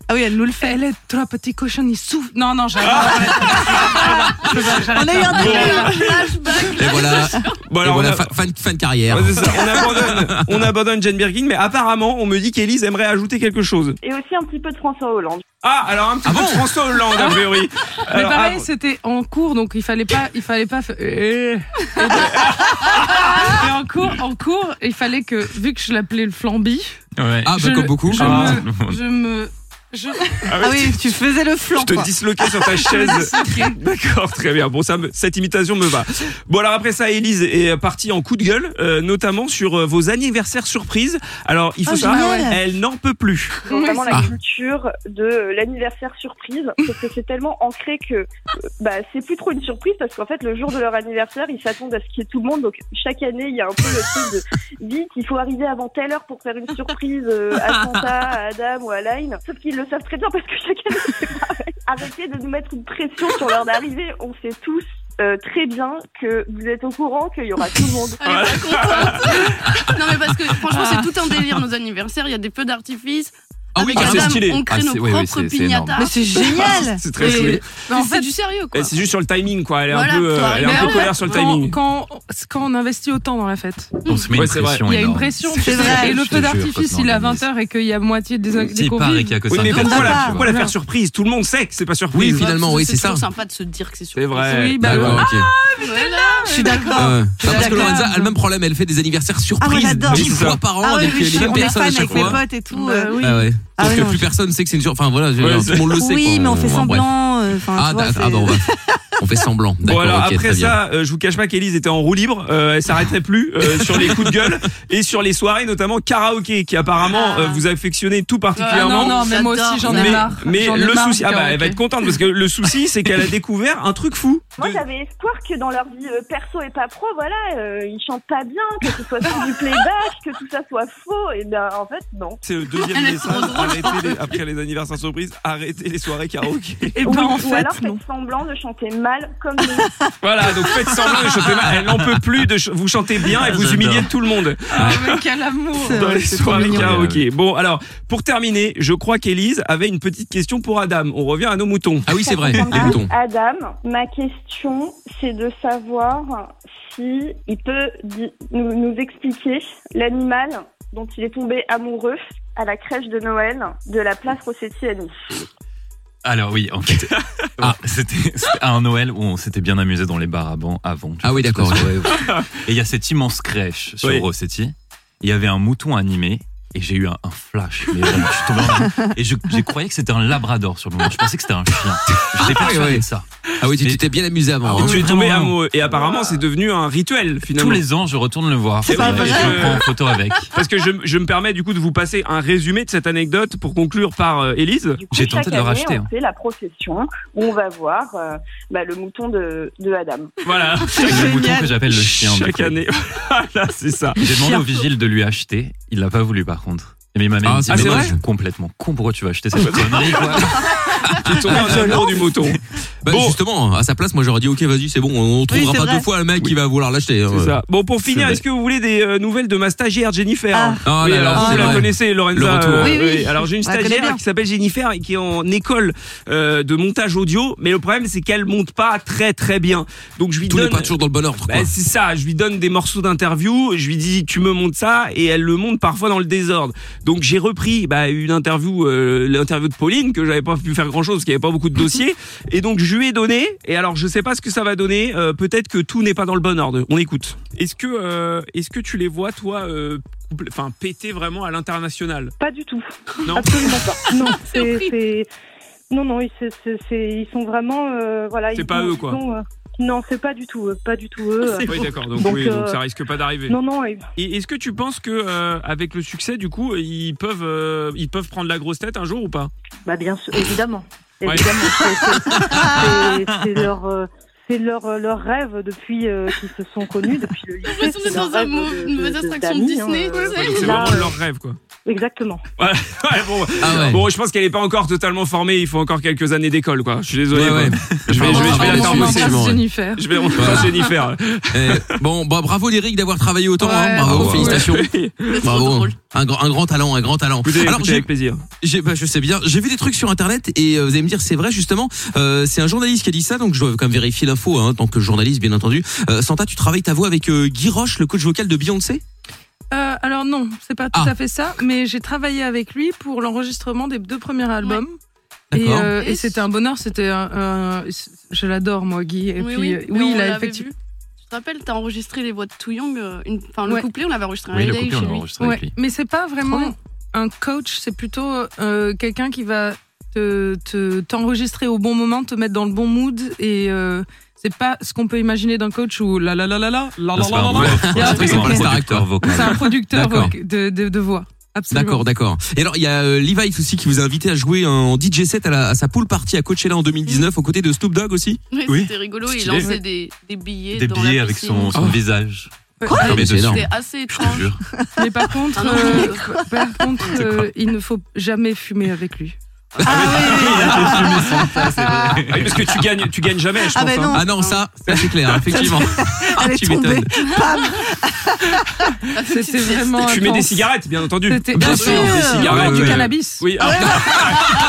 Ah oui, elle nous le fait. Elle est toi petit cochon, il souffle. Non non, j'arrête. Ah. Je peux pas, j'arrête. On a eu un Bon. délire. Et voilà, Bon, et voilà alors, on a- fin, fin- fin de carrière. Ouais, c'est ça. On abandonne, on abandonne Jane Birkin, mais apparemment, on me dit qu'Élise aimerait ajouter quelque chose. Et aussi un petit peu de François Hollande. Ah, alors un petit Ah peu bon de François Hollande, a priori. Mais Alors, pareil, ah, c'était en cours, donc il fallait pas, il fallait pas. fa- Euh. Et en cours, en cours, il fallait que, vu que je l'appelais le flambi, Ouais. Ah, je bah, le- comme beaucoup. je Ah. me, je me, je, ah Ah oui, oui, tu faisais le flanc. Je te quoi. disloquais sur ta chaise. D'accord, très bien. Bon, ça me- cette imitation me va. Bon, alors après ça, Élise est partie en coup de gueule, euh, notamment sur euh, vos anniversaires surprises. Alors, il faut Ah, savoir, génial. elle n'en peut plus. Notamment Ah. la culture de l'anniversaire surprise. Parce que c'est tellement ancré que euh, bah, c'est plus trop une surprise parce qu'en fait, le jour de leur anniversaire, ils s'attendent à ce qu'il y ait tout le monde. Donc chaque année, il y a un peu le truc de vite, il faut arriver avant telle heure pour faire une surprise euh, à Santa, à Adam ou à Line. Sauf qu'ils le savent très bien parce que chaque année, Arrêtez de nous mettre une pression sur l'heure d'arrivée. On sait tous euh, très bien que vous êtes au courant qu'il y aura tout le monde. Elle est pas contente. non mais parce que franchement c'est tout un délire nos anniversaires, il y a des feux d'artifice. Ah oui, Avec carrément. Adam, C'est stylé. On crée Ah, nos c'est- oui, oui, propres c'est- c'est piñatas. Mais c'est génial. C'est très stylé. Mais Mais en C'est fait, du sérieux quoi. Elle, C'est juste sur le timing, quoi. Elle est Voilà, un peu, euh, toi, elle est un bah, mais peu en fait, colère sur le quand- timing. Quand, quand on investit autant dans la fête, On se met Ouais, une c'est vrai. pression il y a une énorme. pression. tu sais, C'est vrai. Et le Je feu te jure, d'artifice, faut il est à s'en 20h et qu'il y a moitié des, des C'est pas convives. qu'il y a que Oui, ça. mais pourquoi la, pourquoi la Voilà. faire surprise Tout le monde sait que c'est pas surprise. Oui, finalement, oui, c'est ça. toujours sympa de se dire que c'est sûr. C'est vrai. Oui, bah, D'accord, ouais. ok. Je suis d'accord. Ah ouais. Bah, parce que D'accord. Lorenza a le même problème, elle fait des anniversaires surprises Ah, moi, j'adore. 10 Oui, c'est fois ça. par an Ah oui, avec oui, les je- mêmes on est personnes fan à chaque avec mes fois. potes et tout. Bah, euh. oui. Ah ouais. Ah Sauf oui, que non, plus personne sait que c'est une surprise. Enfin voilà, je- Ouais, tout le monde le sait. Oui, quoi. mais on fait Enfin, bref. semblant. euh, Enfin, tu Ah, vois, d'ac- ah, c'est- bah, on va. On fait semblant. D'accord, Voilà, ok, après très bien. ça, euh, je vous cache pas qu'Élise était en roue libre, euh, elle s'arrêterait plus euh, sur les coups de gueule et sur les soirées, notamment karaoké, qui apparemment euh, vous affectionnez tout particulièrement. Ah. non, non, mais moi aussi j'en ai mais marre. mais J'en ai le marre du souci, ah bah, elle karaoké. va être contente parce que le souci, c'est qu'elle a découvert un truc fou. Moi, j'avais espoir que dans leur vie euh, perso et pas pro, voilà, euh, ils chantent pas bien, que ce soit sur du playback, que tout ça soit faux. Et ben, en fait, non. C'est le deuxième message. Arrêtez les- après les anniversaires surprises, arrêtez les soirées karaoké. Et Oui, ben en ou fait, alors non. faites semblant de chanter mal comme nous. Voilà, donc faites semblant de chanter mal. Elle n'en peut plus de ch- vous chanter bien Ah, et vous J'adore. humilier de tout le monde. Ah. Mais quel amour Dans les soirées mignon. karaoké. Bon, alors, pour terminer, je crois qu'Élise avait une petite question pour Adam. On revient à nos moutons. Ah oui, c'est vrai, les Sandra, moutons. Adam, ma question, c'est de savoir si il peut di- nous, nous expliquer l'animal dont il est tombé amoureux à la crèche de Noël de la place Rossetti à Nice. Alors oui, en fait, ah, c'était c'était à un Noël où on s'était bien amusé dans les bars avant. avant tu Ah oui, vois, d'accord, cette soirée. Et il y a cette immense crèche sur Oui. Rossetti. Il y avait un mouton animé et j'ai eu un, un flash. mais vraiment, je suis tombé en amour. et je, j'ai croyais que c'était un labrador sur le moment. Je pensais que c'était un chien. J'étais persuadé ouais. de ça. Ah oui, tu Et- tu t'es bien amusé avant. Ah Et hein. oui. tu es vraiment, tombé vraiment. amoureux. Et apparemment, c'est devenu un rituel, finalement. Tous les ans, je retourne le voir. C'est pas Et vrai. je le prends en photo avec. Parce que je, je me permets, du coup, de vous passer un résumé de cette anecdote pour conclure par euh, Élise. Du coup, J'ai tenté chaque de le année, racheter, On hein. fait la procession où on va voir euh, bah, le mouton de, de Adam. Voilà. Le mouton que j'appelle le chien. du Chaque coup. année. Voilà, c'est ça. J'ai demandé au vigile de lui acheter. Il l'a pas voulu par contre. Mais ma mère Ah, me dit, c'est mais vrai t'es complètement con. Pourquoi tu vas acheter cette connerie quoi Tu es tombé en amour du mouton. Bah, Bon. justement, à sa place, moi j'aurais dit ok, vas-y, c'est bon, on trouvera c'est pas vrai. deux fois le mec qui va vouloir l'acheter. hein. C'est ça. Bon, pour C'est finir, vrai. est-ce que vous voulez des euh, nouvelles de ma stagiaire Jennifer Ah. Ah oui, là là, alors vous c'est la vrai. connaissez, Lorenza. Le retour. euh, Oui, oui. Alors j'ai une On la connaît stagiaire bien. qui s'appelle Jennifer et qui est en école euh, de montage audio, mais le problème c'est qu'elle monte pas très très bien. Donc je lui Tout n'est donne. pas toujours dans le bon ordre. Bah, quoi. c'est ça, je lui donne des morceaux d'interview, je lui dis tu me montes ça et elle le monte parfois dans le désordre. Donc j'ai repris bah, une interview, euh, l'interview de Pauline que j'avais pas pu faire grand chose parce qu'il y avait pas beaucoup de dossiers et donc je lui ai donné et alors je sais pas ce que ça va donner, euh, peut-être que tout n'est pas dans le bon ordre. On écoute. Est-ce que euh, est-ce que tu les vois toi euh, compl- enfin péter vraiment à l'international Pas du tout. Non. Absolument pas. Non, c'est. c'est- Non, non, ils, c'est- c'est- c'est- ils sont vraiment. euh, voilà, C'est ils pas ont- eux, ils quoi. ont, euh, Non, c'est pas du tout eux. Pas du tout eux. Oui, d'accord. Donc, euh, Donc, oui, donc euh, ça risque pas d'arriver. Non, non, et- Et est-ce que tu penses que euh, avec le succès du coup, ils peuvent euh, ils peuvent prendre la grosse tête un jour ou pas bah, bien sûr, évidemment. Ouais. Évidemment, c'est- c'est- c'est- c'est leur. euh, C'est leur, euh, leur rêve depuis euh, qu'ils se sont connus, depuis le lycée. Mais ça, c'est leur dans un rêve mo- de- de- une mauvaise de- attraction d'amis, hein, Disney, euh, tu Ouais, sais. donc c'est Là, vraiment euh, leur rêve quoi. Exactement. Ouais, bon, Ah ouais. bon, je pense qu'elle est pas encore totalement formée, il faut encore quelques années d'école quoi. Je suis désolé. Ouais, quoi. ouais. Je vais je vais je vais Ah, la mais faire tu bosser. effectivement, ouais. Jennifer. Je vais on Voilà. passe Jennifer. Eh, bon, bah, bravo Lyric d'avoir travaillé autant. Ouais, hein. bravo, Bravo, ouais. félicitations. C'est trop Bravo. drôle. Un, grand- un grand talent, un grand talent. Écoutez, Alors, écoutez j'ai- avec plaisir. j'ai- bah, je sais bien, j'ai vu des trucs sur internet et euh, vous allez me dire c'est vrai justement. Euh, c'est un journaliste qui a dit ça, donc je dois quand même vérifier l'info hein, tant que journaliste bien entendu. Euh, Santa, tu travailles ta voix avec euh, Guy Roche, le coach vocal de Beyoncé. Euh, alors non, c'est pas tout Ah. à fait ça, mais j'ai travaillé avec lui pour l'enregistrement des deux premiers albums. Et, D'accord. euh, et Et c'était un bonheur, c'était un, un- je l'adore moi Guy. Et oui, puis oui, euh, mais il on a l'avait effectivement. vu. Tu te rappelles, t'as enregistré les voix de Too Young, euh, une- enfin Ouais. le couplet, on l'avait enregistré Oui, un le day coupé, chez on l'a lui. enregistré Ouais, avec lui. mais c'est pas bien. vraiment un coach, c'est plutôt euh, quelqu'un qui va te te- t'enregistrer au bon moment, te mettre dans le bon mood et euh, c'est pas ce qu'on peut imaginer d'un coach où la la la la la la Non, c'est la pas la un la. vrai. Il y a un C'est truc vraiment qui est- un producteur C'est vocal. un producteur D'accord. ouais, de, de, de voix. Absolument. D'accord, d'accord. Et alors il y a euh, Levi's aussi qui vous a invité à jouer en DJ set à, la- à sa pool party à Coachella en 2019 aux côtés de Snoop Dogg aussi. Oui, Oui. c'était rigolo, il Stylé. lançait des, des billets. Des dans la billets avec piscine. son, son Oh. visage. Ah, mais mais c'est dessus. énorme. C'était assez Je te étrange. jure. Mais par contre, Ah non, euh, mais- par contre, euh, il ne faut jamais fumer avec lui. Ah oui, parce que tu gagnes tu gagnes jamais je Ah pense. ben hein. non, Ah non, ça, ça, c'est clair, effectivement. Ah, elle est tu m'étonnes. tombée. Pam. Ah, c'est- C'était vraiment. Tu mets des intense. cigarettes bien entendu. C'était Bien bien sûr, des cigarettes, du ouais. cannabis. Oui, ah,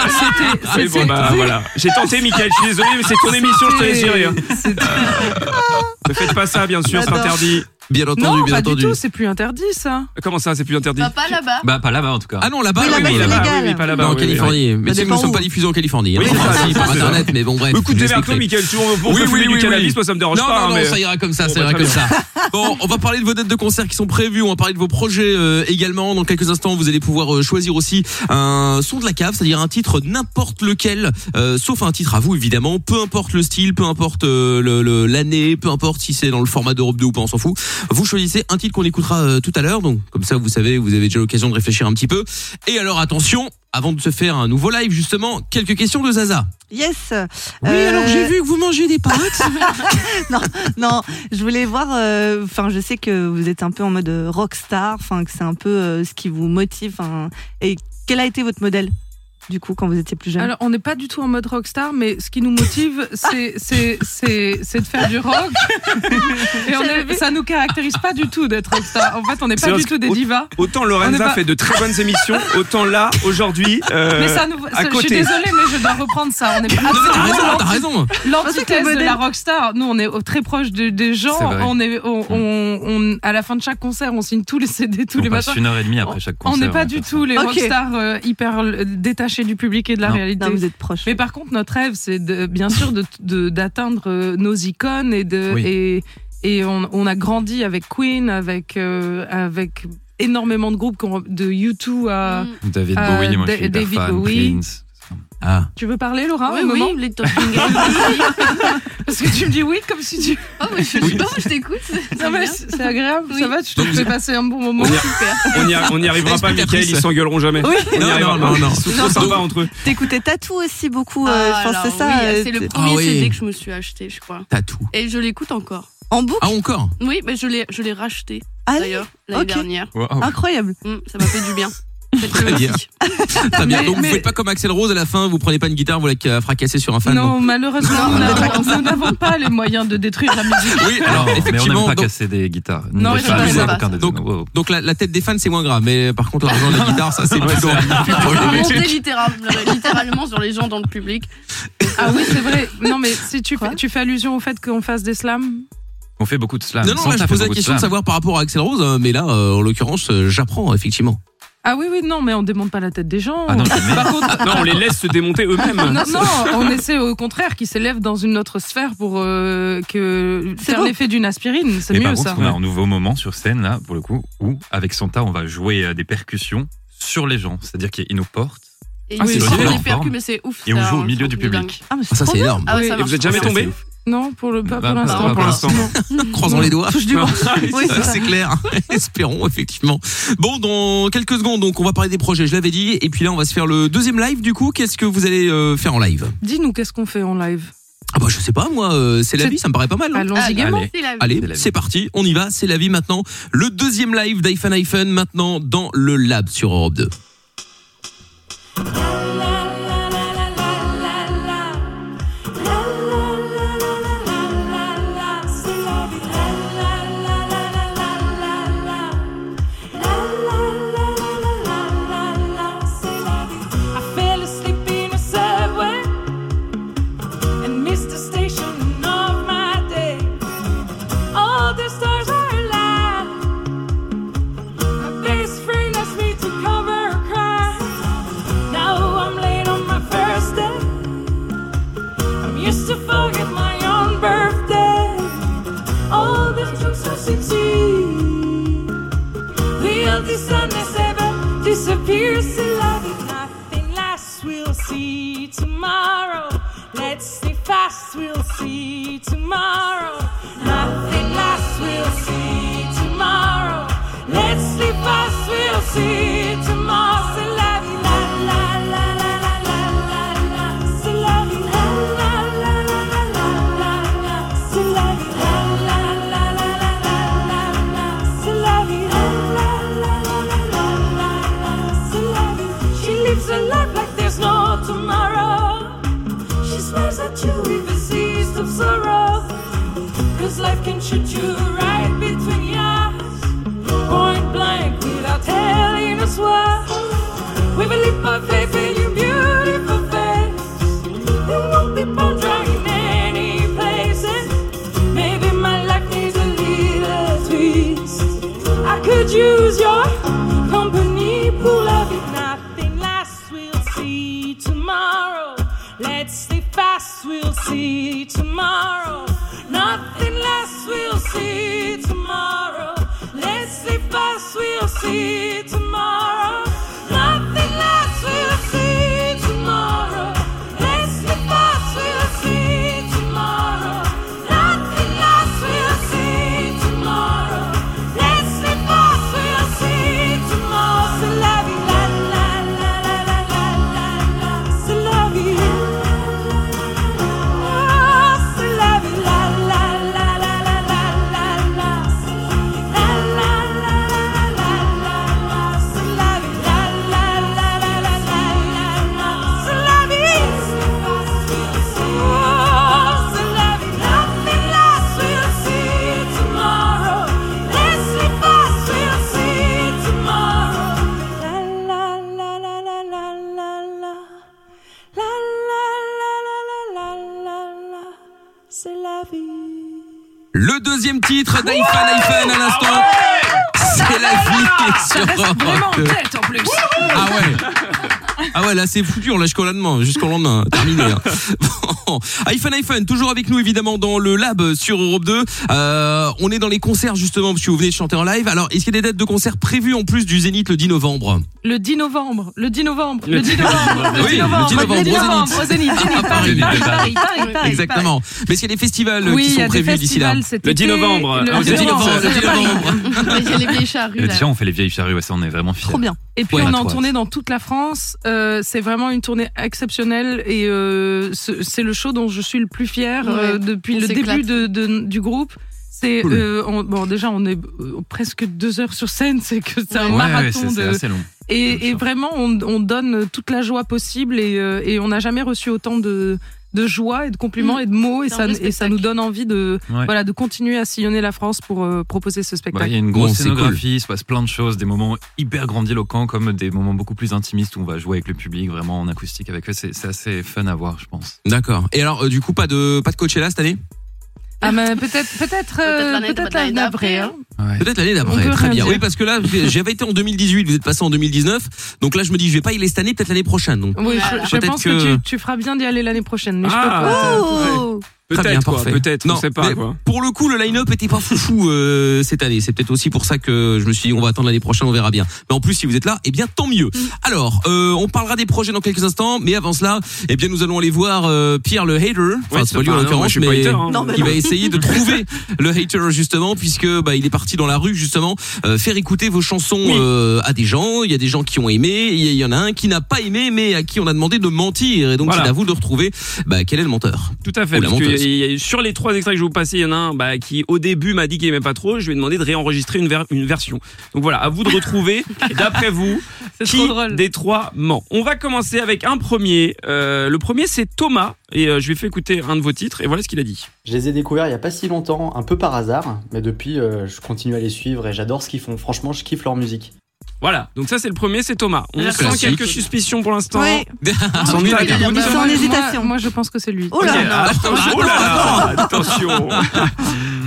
C'était- oui, bon, c'était- bah, voilà. J'ai tenté, Michael, je suis désolé, mais c'est ton émission, je te laisse gérer. hein. C'était- Ne faites pas ça, bien sûr, c'est J'adore. interdit. Bien entendu, non, bien pas entendu. du tout, c'est plus interdit ça. Comment ça, c'est plus interdit Bah, pas là-bas. Bah, pas là-bas en tout cas. Ah non, là-bas, Oui, oui, là-bas, oui, c'est là-bas. légal. oui, pas là-bas. Non, en oui, oui, oui. Californie. Mais Ça si nous dépend ne sommes où. pas diffusés en Californie. hein. Oui, Enfin, ça, si, ça, par ça. Internet, mais bon, bref. Écoute, je t'es respecterai. toi, Michael, si on veut on Oui, peut oui, fumer du oui, cannabis, oui. moi ça me dérange non, pas. non, non, mais- ça ira comme ça, Bon, ça bah, ira très comme bien. ça. Bon, on va parler de vos dates de concert qui sont prévues, on va parler de vos projets euh, également. Dans quelques instants, vous allez pouvoir euh, choisir aussi un son de la cave, c'est-à-dire un titre n'importe lequel, euh, sauf un titre à vous évidemment, peu importe le style, peu importe euh, le- le- l'année, peu importe si c'est dans le format d'Europe 2 ou pas, on s'en fout. Vous choisissez un titre qu'on écoutera euh, tout à l'heure, donc comme ça vous savez, vous avez déjà l'occasion de réfléchir un petit peu. Et alors attention, avant de se faire un nouveau live justement, quelques questions de Zaza. Yes. Oui, Euh, alors j'ai vu que vous mangez des pâtes. Non, je voulais voir. euh, Enfin, je sais que vous êtes un peu en mode euh, rockstar. Enfin, que c'est un peu euh, ce qui vous motive. enfin, Et quel a été votre modèle du coup quand vous étiez plus jeune Alors, on n'est pas du tout en mode rockstar, mais ce qui nous motive, c'est c'est- c'est- c'est de faire du rock. Et on est- ça nous caractérise pas du tout d'être rockstar. En fait, on n'est C'est pas du parce tout des que- divas. Autant On est Lorenza pas- fait de très bonnes émissions, autant là, aujourd'hui. euh, Mais ça nous. Je à suis côté. désolée, mais je dois reprendre ça. On est Non, mais t'as absolument raison, l'anti- Ah, t'as raison. l'antithèse modèle- de la rockstar. Nous, on est au- très proche de- des gens. C'est vrai. Mm. On est, on, on- on- à la fin de chaque concert, on signe tous les CD tous on les passe matins. une heure et demie après chaque concert. on n'est pas ouais, du faire ça. tout les Ok. rockstars euh, hyper euh, détachés du public et de la Non. réalité. Non, vous êtes proche. Mais par contre, notre rêve, c'est de, bien sûr de- de- d'atteindre euh, nos icônes et de Oui. et, et on, on a grandi avec Queen, avec euh, avec énormément de groupes qu'on- de U2 à. Mm. David Euh, Bowie, moi je suis Da- hyper David fan, Bowie. Prince. Ah. Tu veux parler, Laura oui, un moment oui, les Talking Heads. Parce que tu me dis oui comme si tu. Oh, mais je, non, je t'écoute. Non, mais bien. c'est c'est agréable. Oui. Ça va, tu te fais passer un bon moment. On y, on y- on y arrivera pas, Explicatrice. Michael, ils s'engueuleront jamais. Oui. On y Non, arrivera non, pas. non, non. Ils sont trop sympas entre eux. T'écoutais Tatou aussi beaucoup. euh, Ah, je pense alors, que c'est ça. oui, euh, c'est t- le premier Ah oui. CD que je me suis acheté, je crois. T'as tout. Et je l'écoute encore. En boucle. Ah, encore Oui, mais je l'ai, je l'ai racheté Ah oui, d'ailleurs l'année ok. dernière. Waouh. incroyable. Mm, ça m'a fait du bien. Faites-le Très bien. aussi. Très bien. Mais- Donc, vous mais- faites pas comme Axel Rose à la fin, vous prenez pas une guitare, vous la ca- fracassez sur un fan. non, malheureusement, nous on est pas n'avons- nous n'avons pas les moyens de détruire la musique. Oui, alors, Non, mais on effectivement. n'aime pas donc, casser des guitares. Non, Ni je des fans, sais ni pas. aucun des Donc- deux. Waouh. donc la, la tête des fans, c'est moins grave. Mais euh, par contre, l'argent des guitares, ça, c'est plutôt. On montait littéralement, littéralement sur les gens dans le public. Ah oui, c'est vrai. Non, mais si tu, tu fais allusion au fait qu'on fasse des slams. On fait beaucoup de slam. Non, non, Santa là, je fait posais la beaucoup question de slam. savoir par rapport à Axel Rose, euh, mais là, euh, en l'occurrence, euh, j'apprends, effectivement. Ah oui, oui, non, mais on démonte pas la tête des gens. Ah non, jamais. Par contre, Non, on les laisse se démonter eux-mêmes. non, non, on essaie au contraire qu'ils s'élèvent dans une autre sphère pour euh, que C'est faire beau. l'effet d'une aspirine. C'est Mais mieux par contre, ça. Eh ben, on a un nouveau moment sur scène, là, pour le coup, où, avec Santa, on va jouer euh, des percussions sur les gens. C'est-à-dire qu'ils nous portent Et Ah, ils c'est sont génial. des percus, mais c'est ouf. et on ça, joue au un milieu truc du de dingue. public. Ah, mais Ah, c'est ça, trop c'est bien. énorme. Ah ouais, Oui. ça Et Et marche. vous êtes jamais Ça, c'est tombé ouf. Non, pour le pas Bah, pour pas- l'instant. pas pour l'instant. Croisons les doigts. Touche du bois. Oui, c'est Ça, ça. c'est clair. Espérons, effectivement. Bon, dans quelques secondes, donc, on va parler des projets, je l'avais dit. Et puis là, on va se faire le deuxième live, du coup. Qu'est-ce que vous allez euh, faire en live Dis-nous qu'est-ce qu'on fait en live. Ah, bah, je sais pas, moi, euh, c'est la C'est- vie, ça me paraît pas mal. hein. Allons-y Ah, gaiement. c'est la vie. Allez, C'est la vie. c'est parti, on y va, c'est la vie maintenant. Le deuxième live d'iPhone iPhone maintenant dans le lab sur Europe 2. I fell asleep in a subway and missed the station of my day. All the stars are alive. My best friend asked me to cover a cry. Now I'm late on my first day. I'm used to forget my own birthday. All the jokes are sincere. The oldest sadness ever disappears to love it. Nothing lasts, we'll see tomorrow. Let's stay fast, we'll see tomorrow. Nothing lasts, we'll see tomorrow. Let's sleep fast, we'll see tomorrow. C'est la vie, la, la, la, la, la, la, la, la. C'est la vie, la, la, la, la, la, la, la, la. C'est la vie, la, la, la, la, la, la, la, la. C'est la vie, la, la, la, la, la, la, la, la. C'est la vie. She lives a life like there's no tomorrow. She smiles at you with a seas of sorrow. Cause life can shoot you right between your eyes. Point blank without telling us why. We believe by faith in your beautiful face. There won't be bone drying in any places. Maybe my life needs a little tweak. see tomorrow. Nothing less we'll see tomorrow. Let's see first we'll see tomorrow. Nothing less we'll see tomorrow. Let's see first we'll see tomorrow. Nothing less we'll see tomorrow. Let's see first we'll see tomorrow. C'est la vie, la la la la la la la la. C'est la vie. Oh, C'est la vie. Le deuxième titre d'Aïfan Aïfan à l'instant. Ah C'est la vie sur Europe Vraiment en 2. tête en plus. Ah ouais. Ah ouais, là c'est foutu, on lâche qu'au lendemain, jusqu'au lendemain, terminé. hein. Bon. iPhone iPhone, toujours avec nous évidemment dans le lab sur Europe 2. Euh, on est dans les concerts justement, parce que vous venez de chanter en live. Alors, est-ce qu'il y a des dates de concerts prévues en plus du Zénith le 10 novembre Le 10 novembre, le 10 novembre, le 10 novembre, Oui, le 10 novembre, le 10 au novembre, au Zénith, Zénith, Paris, Zénith de Paris, Paris, Paris. Paris, Paris. Exactement. Mais est-ce qu'il y a des festivals euh, Oui, qui il y sont a des prévus d'ici là Ah, festivals cet Le 10 été, novembre, le hein, Le 10 novembre, novembre, le 10 c'est Paris. novembre. Mais Il y a les vieilles charrues. Et Là. Déjà, on fait les vieilles charrues, ouais, ça, on est vraiment fiers. Trop bien. Et puis Ouais, on est trop en hâte. tournée dans toute la France. Euh, c'est vraiment une tournée exceptionnelle et euh, ce- c'est le show dont je suis le plus fier euh, Ouais, depuis on le s'éclate. début de, de- du groupe. C'est Cool. euh, on- bon déjà on est euh, presque deux heures sur scène, c'est que c'est un Ouais, marathon ouais, c'est de c'est assez long. Bien et, et sûr. vraiment on, on donne toute la joie possible et, euh, et on n'a jamais reçu autant de de joie et de compliments Mmh. et de mots et C'est un ça vrai et ça spectacle. nous donne envie de Ouais. voilà de continuer à sillonner la France pour euh, proposer ce Ouais, Il spectacle. y a une Bon, grosse c'est cool. scénographie, il se passe plein de choses, des moments hyper grandiloquents comme des moments beaucoup plus intimistes où on va jouer avec le public, vraiment en acoustique avec eux. C'est c'est assez fun à voir, je pense. D'accord. Et alors, euh, du coup, pas de pas de Coachella cette année Ah mais peut-être peut-être euh, l'année- peut-être l'année l'année après. d'après, hein. hein. Peut-être l'année On d'après. peut Très rien bien. dire. Oui, parce que là, j'avais été en 2018, vous êtes passé en 2019. Donc là, je me dis, je vais pas y aller cette année, peut-être l'année prochaine. Donc, Oui, Voilà. je, je Peut-être pense que, que- tu, tu feras bien d'y aller l'année prochaine. Mais je peux pas. Ah, Très bien, peut-être quoi, parfait. peut-être, on Non, sait pas mais- quoi. pour le coup, le line-up était pas foufou euh, cette année. C'est peut-être aussi pour ça que je me suis dit, on va attendre l'année prochaine, on verra bien. Mais en plus, si vous êtes là, eh bien, tant Mm. mieux. Alors, euh, on parlera des projets dans quelques instants, mais avant cela, eh bien, nous allons aller voir euh, Pierre le hater. Enfin, Ouais, c'est pas lui en non, moi, l'occurrence, je suis pas mais hater, hein. Non, mais qui va essayer de trouver le hater justement, puisque bah, il est parti dans la rue justement euh, faire écouter vos chansons Oui. euh, à des gens. Il y a des gens qui ont aimé, il y en a un qui n'a pas aimé, mais à qui on a demandé de mentir. Et donc, Voilà. c'est à vous de retrouver bah, quel est le menteur. Tout à fait. Ou la parce que menteuse. il y a- sur les trois extraits que je vais vous passer, il y en a un bah, qui, au début, m'a dit qu'il n'aimait pas trop. Je lui ai demandé de réenregistrer une, ver- une version. Donc voilà, à vous de retrouver, d'après vous, C'est qui trop drôle. des trois ment. On va commencer avec un premier. Euh, le premier, c'est Thomas. Et euh, je lui ai fait écouter un de vos titres. Et voilà ce qu'il a dit. Je les ai découverts il n'y a pas si longtemps, un peu par hasard, mais depuis, euh, je continue à les suivre et j'adore ce qu'ils font. Franchement, je kiffe leur musique. Voilà. Donc ça, c'est le premier, c'est Thomas. On Ah, sent classique. quelques suspicions pour l'instant. Ouais. Sans doute. il a l'air Ils sont Moi, en moi, hésitation. Moi, je pense que c'est lui. Oh là Ok, là. attends, oh là là, attention.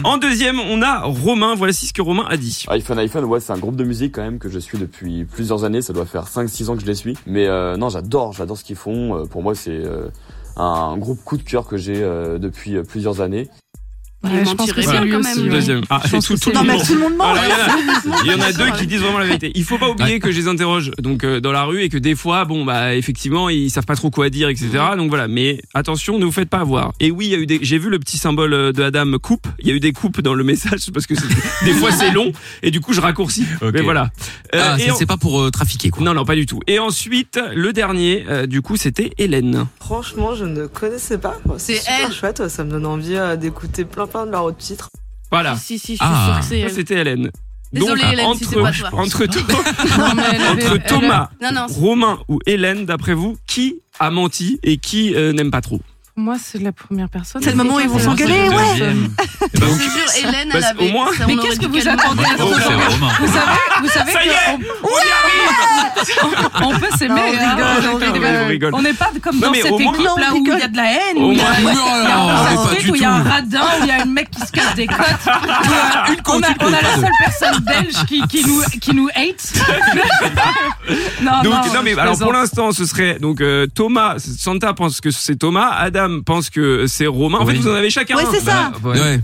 en deuxième, on a Romain. Voici ce que Romain a dit. iPhone iPhone, ouais, c'est un groupe de musique quand même que je suis depuis plusieurs années. Ça doit faire 5-6 ans que je les suis. Mais euh, non, j'adore, j'adore ce qu'ils font. Euh, pour moi, c'est euh, un groupe coup de cœur que j'ai euh, depuis euh, plusieurs années. Il Ouais, je pense mentirait que c'est bien lui quand aussi, Bah, même. lui. ouais. Deuxième. Ah, Je c'est pense tout, que c'est tout le Non, lui. mais monde. tout le monde ment. Alors, il y en a- Il y en a Bien deux sûr. qui disent vraiment la vérité. Il faut pas oublier que je les interroge donc euh, dans la rue et que des fois, bon bah effectivement, ils savent pas trop quoi dire, etc. Mm. Donc voilà. Mais attention, ne vous faites pas avoir. Et oui, il y a eu des. J'ai vu le petit symbole euh, de Adam coupe. Il y a eu des coupes dans le message parce que c'est- des fois c'est long et du coup je raccourcis. Ok. Mais voilà. Euh, Ah, et c'est en- c'est pas pour euh, trafiquer quoi. Non, non, pas du tout. Et ensuite, le dernier, euh, du coup, c'était Hélène. Franchement, je ne connaissais pas. C'est super elle. chouette, ça me donne envie euh, d'écouter plein plein de leurs autres titres. Voilà. Si, si, je suis Ah. sûre que c'est Ça, elle. c'était Hélène. Désolée, Donc, Hélène, si c'est pas entre, toi. entre, Non, mais elle avait- elle entre avait- Thomas, Ah Non, non, c'est- Romain ou Hélène, d'après vous, qui a menti et qui euh, n'aime pas trop Pour moi, c'est la première personne. C'est le moment où ils vont C'est la s'engueuler, deuxième. ouais. Et bah, je donc, te jure, Hélène, Bah, elle c'est- avait. au moins- ça, on Mais aurait qu'est-ce dit que vous qu'elle attendez à ce moi, je trouve que moment-là c'est Romain. Vous savez, vous savez Ça y que on, on peut s'aimer. Non, on hein. rigole, on Attends, rigole. On rigole. On n'est pas comme Non, dans mais cette au moins- équipe là Non, on où il y a rigole. de la haine, Au où il y moins- a- oh, Non, il y a non, un mais pas truc, du où il y a tout. un radin, où il y a un mec qui se casse des côtes. où il y a- côte, on, a, on une a côte, la pardon. seule personne belge qui, qui, nous, qui nous hate. non, Donc, non, non, mais je Oh alors pour plaisante. l'instant, ce serait donc euh, Thomas. Santa pense que c'est Thomas. Adam madame pense que c'est Romain, en fait, Oui. vous en avez chacun Ouais, un. c'est ça. Bah, ouais. Ouais.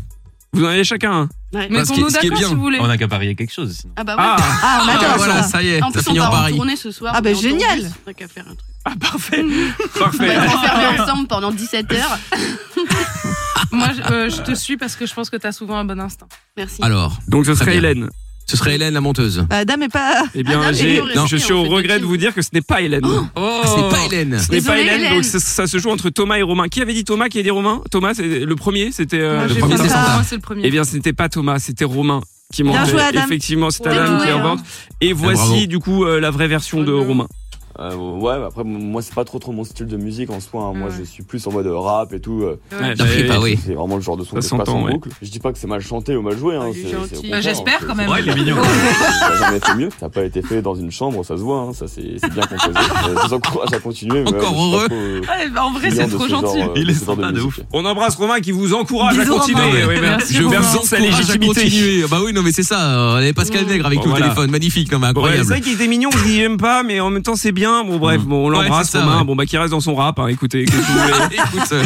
Vous en avez chacun un. Ouais. Mais Parce qu'on que- nous ce qui est d'accord, bien- si vous voulez. On n'a qu'à parier quelque chose. sinon. Ah bah ouais. Ah. Ah, on adore voilà, ça. ça y est, En ça plus, finit on en part Paris. en tournée ce soir. Ah ben, bah on est en génial. tournée, on a qu'à faire un truc. Parfait. Bah, On va faire ça ensemble pendant 17 heures. Moi, je, euh, je te suis parce que je pense que t'as souvent un bon instinct. Merci. Alors. Donc ce Très serait bien. Hélène. Ce serait Hélène la monteuse. Adam est pas. Eh bien, Ah, Adam est j'ai- pas je suis au regret de vous dire que ce n'est pas Hélène. Oh. Ah, c'est pas Hélène. Ce n'est pas Désolée, Hélène, Hélène. donc ça, ça se joue entre Thomas et Romain. Qui avait dit Thomas Qui a dit Romain Thomas, c'est le premier, c'était. euh, Moi, j'ai fait ça. Moi, c'est le premier. Eh bien, ce n'était pas Thomas, c'était Romain qui Bien mentait. joué, Adam. Effectivement, c'est Ouais, Adam ouais, qui hein. invente. Ah, Et voici Eh, bravo. du coup euh, la vraie version Mmh. de Romain. Euh, ouais, mais après, moi, c'est pas trop trop mon style de musique en soi. hein. Moi, Mmh. je suis plus en mode rap et tout. euh. Ouais, bah oui. Bah oui. C'est vraiment le genre de son Ça que je passe s'entend, en ouais. boucle. Je dis pas que c'est mal chanté ou mal joué. Hein. c'est- c'est au Bah, contraire, j'espère hein. quand même. C'est- Ouais, il est c'est- mignon. Ça a jamais été mieux. Ça a pas été fait dans une chambre, ça se voit. hein. Ça, c'est c'est bien composé. Euh, Je vous encourage à continuer. mais, Encore ouais, je suis pas trop, euh, Ouais, bah, en vrai, client c'est de trop ce genre, gentil. euh, de ce genre de musique. On embrasse Romain qui vous encourage à continuer. Oui, oui, merci. Je vous Merci de encourage sa à légitimité. continuer. Bah oui, non, mais c'est ça. On avait Pascal Nègre avec Bon, nous au voilà. téléphone. Magnifique, non, mais Bon, ouais, c'est incroyable. vrai qu'il était mignon, je n'y aime pas, mais en même temps c'est bien. Bon bref, bon, on Ouais, l'embrasse c'est ça, Romain. ouais. Bon bah qui reste dans son rap, hein, écoutez. qu'est-ce que vous voulez. Écoute, euh,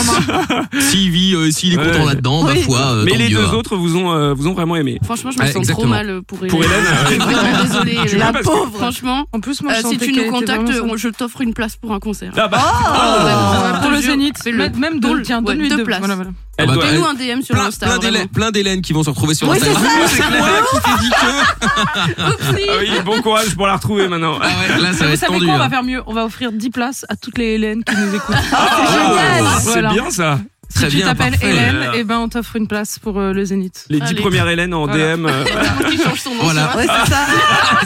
s'il vit, euh, s'il est content là-dedans, ma Oui. foi, euh, Mais tant les mieux, deux hein. autres vous ont, euh, vous ont vraiment aimé. Franchement, je me Ouais, sens exactement. trop mal pour Hélène. Pour Hélène, Je suis euh, vraiment désolée. Tu Hélène. l'as parce que- Franchement, en plus, moi, je euh, si sentais tu qu'elle nous était contactes, vraiment on- je t'offre une place pour un concert. Ah bah. Ouais, pour le Zénith, même- même deux, tiens, donne-lui deux. places. Voilà, voilà. Elle doit- Fais-nous un elle- DM sur Insta. Plein vraiment. d'Hélène- Plein d'Hélène qui vont se retrouver sur Oui, c'est Instagram. ça, Ah, c'est c'est moi clair. qui t'ai dit que. Ah oui, bon courage pour la retrouver maintenant. Ah Vous là, ça va être savez tendu, quoi, on hein. va faire mieux On va offrir 10 places à toutes les Hélènes qui nous écoutent. c'est Ah, C'est Voilà. bien ça. Si tu t'appelles Euh, Hélène, et ben on t'offre une place pour euh, le Zénith. Les dix premières Hélène en Voilà. DM. euh, voilà. Voilà. Ouais, c'est ça.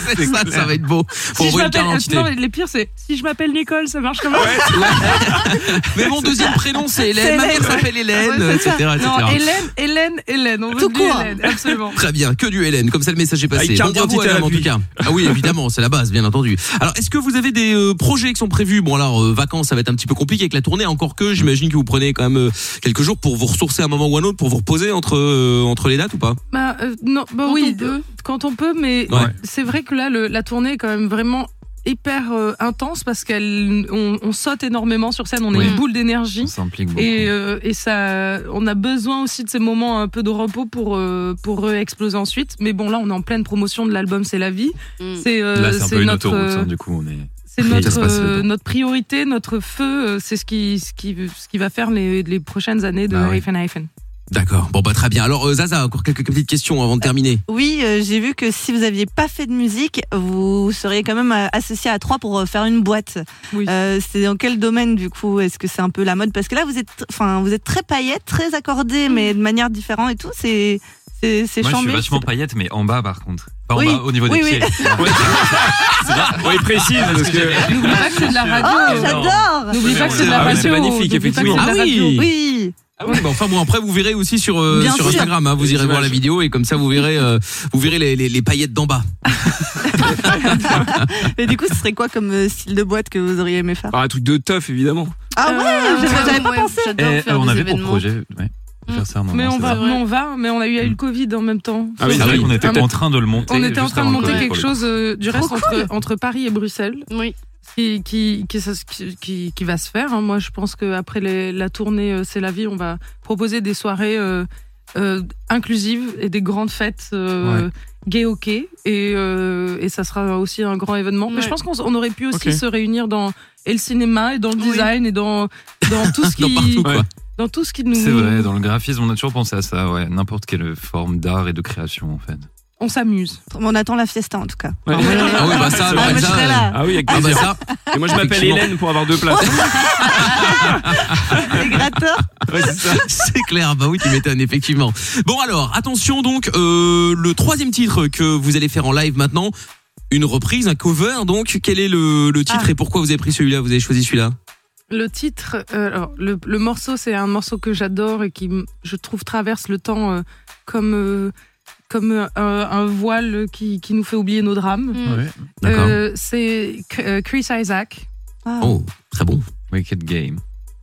C'est ça, ça va être beau. Pour si je envoyer une m'appelle, carte d'identité. non, mais les pires, c'est si je m'appelle Nicole, ça marche comment Mais mon deuxième prénom, c'est C'est Hélène. Ma mère Hélène. s'appelle Hélène, Ouais, etc. c'est ça. etc. Non, Hélène, Hélène, Hélène. On veut Tout du court. Hélène, absolument. Très bien, que du Hélène, comme ça le message est passé. Avec Bon carte bravo d'identité à Hélène en tout l'appui. cas. Ah oui, évidemment, c'est la base, bien entendu. Alors, est-ce que vous avez des euh, projets qui sont prévus Bon alors, euh, vacances, ça va être un petit peu compliqué avec la tournée, encore que j'imagine que vous prenez quand même euh, quelques jours pour vous ressourcer à un moment ou à un autre, pour vous reposer entre euh, entre les dates ou pas Bah, euh, non, bah oui, euh, quand on peut, mais Ouais. c'est vrai que là, le- la tournée est quand même vraiment hyper euh, intense parce qu'elle on, on saute énormément sur scène, on est une boule d'énergie. s'implique beaucoup. Et, euh, et ça, on a besoin aussi de ces moments un peu de repos pour euh, pour exploser ensuite. Mais bon, là, on est en pleine promotion de l'album C'est la vie. C'est euh, Là, c'est un c'est peu une notre, autoroute, hein, euh, du coup, on est. c'est Ça notre, se passe euh, dedans. notre priorité, notre feu. euh, C'est ce qui, ce, qui, ce qui va faire les, les prochaines années de Bah Ah oui. Hyphen Hyphen. D'accord. Bon bah très bien. Alors euh, Zaza, encore quelques petites questions avant de terminer. Oui, euh, j'ai vu que si vous aviez pas fait de musique, vous seriez quand même euh, associé à trois pour euh, faire une boîte. Euh, c'est dans quel domaine du coup Est-ce que c'est un peu la mode Parce que là, vous êtes, enfin, vous êtes très paillette, très accordé, mais de manière différente et tout. C'est, c'est, c'est Moi, je suis chambé. vachement paillette, mais en bas, par contre. Pas en Oui. bas, au niveau Oui, des oui. pieds. Oui, précise, parce que. N'oublie pas que c'est de la radio. Oh, j'adore N'oublie pas que c'est de la Ah oui, radio. c'est magnifique, N'oublie pas que effectivement. c'est de la Ah oui. radio. Oui. Ah oui, bah enfin bon après vous verrez aussi sur euh, Bien sur sûr. Instagram, hein, vous irez voir la vidéo et comme ça vous verrez euh, vous verrez les, les, les paillettes d'en bas. Mais du coup, ce serait quoi comme euh, style de boîte que vous auriez aimé faire Par un truc de teuf, évidemment. Eh, Ah ouais, j'avais j'avais pas pensé. Et, euh, on avait pour projet ouais, de faire ça un moment. Mais on c'est va, vrai. Mm. mais on va, mais on a eu, il y a eu le Covid en même temps. Ah oui, c'est vrai qu'on était en train de le monter. On était en juste train de avant le monter Covid, quelque pour le chose euh, du reste Trop entre, cool. entre Paris et Bruxelles. Oui. Qui, qui, qui, ça- qui, qui- qui va se faire. hein. Moi, je pense qu'après la tournée euh, C'est la vie, on va proposer des soirées euh, euh, inclusives et des grandes fêtes euh, Ouais. gay ok. Et, euh, et ça sera aussi un grand événement. Mais Ouais. je pense qu'on s- on aurait pu aussi Ok. se réunir dans et le cinéma et dans le design et dans, dans tout ce qui. quoi. dans tout ce qui nous. C'est vrai, dans le graphisme, on a toujours pensé à ça, ouais. N'importe quelle forme d'art et de création, en fait. On s'amuse. On attend la fiesta en tout cas. Ouais. Ah oui, bah ça, moi, je ça, serai là. Ah oui, avec Ah bah plaisir. ça. Et moi, je m'appelle Effectivement. Hélène pour avoir deux places. Les gratteurs. C'est clair, bah oui, tu m'étonnes, effectivement. Bon alors, attention donc, euh, le troisième titre que vous allez faire en live maintenant, une reprise, un cover, donc quel est le, le titre Ah. et pourquoi vous avez pris celui-là, vous avez choisi celui-là Le titre, euh, alors, le, le morceau, c'est un morceau que j'adore et qui, m- je trouve, traverse le temps euh, comme, euh, comme euh, un, un voile qui, qui nous fait oublier nos drames. Mm. Ouais. D'accord. Euh, c'est C- euh, Chris Isaac. Ah, Oh, très bon, Wicked Game.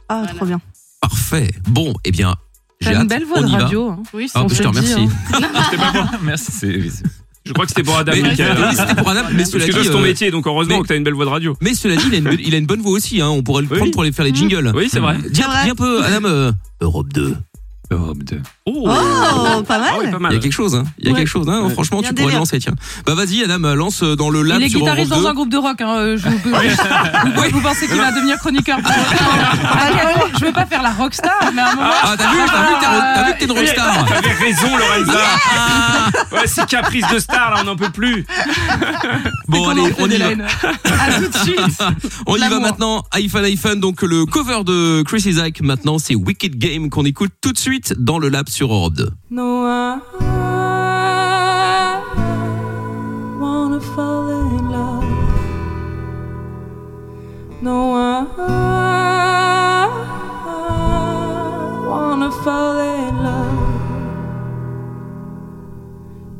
ah, trop bien. parfait. Bon, eh bien, j'ai T'as une hâte, belle voix on de y va. radio. hein. Oui, Ah, on je te l'a dit, remercie. hein. Ah, Merci. c'est- Je crois que c'était pour Adam. Mais- Michael. mais c'était pour Adam, mais Parce cela que toi, dit, c'est ton euh, métier, donc heureusement mais- que t'as une belle voix de radio. Mmh. Mais cela dit, il a une, belle- il a une bonne voix aussi. hein. On pourrait le prendre pour aller faire les jingles. Mmh. Oui, c'est vrai. Dis, dis un peu, Adam. euh, Europe 2. Europe 2. Oh, Ah, Ah pas mal. Il y a quelque chose, hein. Il y a Ouais. quelque chose, hein. Ouais. Franchement, Il y a tu un pourrais le délire. lancer, tiens. Bah, vas-y, Adam, euh, lance euh, dans le lab il est sur Europe guitariste 2. dans un groupe de rock. Hein, euh, je vous, vous- vous- vous pensez qu'il va devenir chroniqueur pour- Ah, non, Je veux pas faire la rockstar, mais à un moment. Ah, t'as vu, t'as vu, que t'as- t'as vu que t'es une rockstar. T'avais raison, Lorenza. Ouais, c'est caprice de star, là, on n'en peut plus. Bon, allez, on y va. tout de suite. On y va L'amour. maintenant. iPhone, iPhone. Donc, le cover de Chris Isaac, maintenant, c'est Wicked Game qu'on écoute tout de suite dans le lab sur Europe 2. No, I wanna fall in love. No, I wanna fall in love.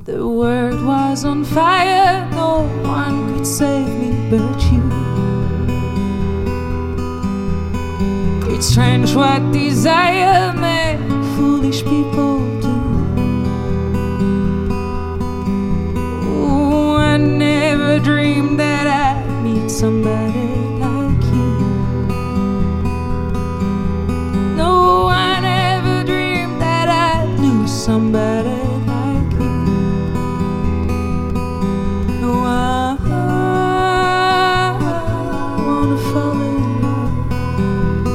The world was on fire, no one could save me but you. It's strange what desire make foolish people do. Ooh, I never dreamed that I'd meet somebody like you. No, I never dreamed that I'd lose somebody like you. No, I, I wanna fall in love.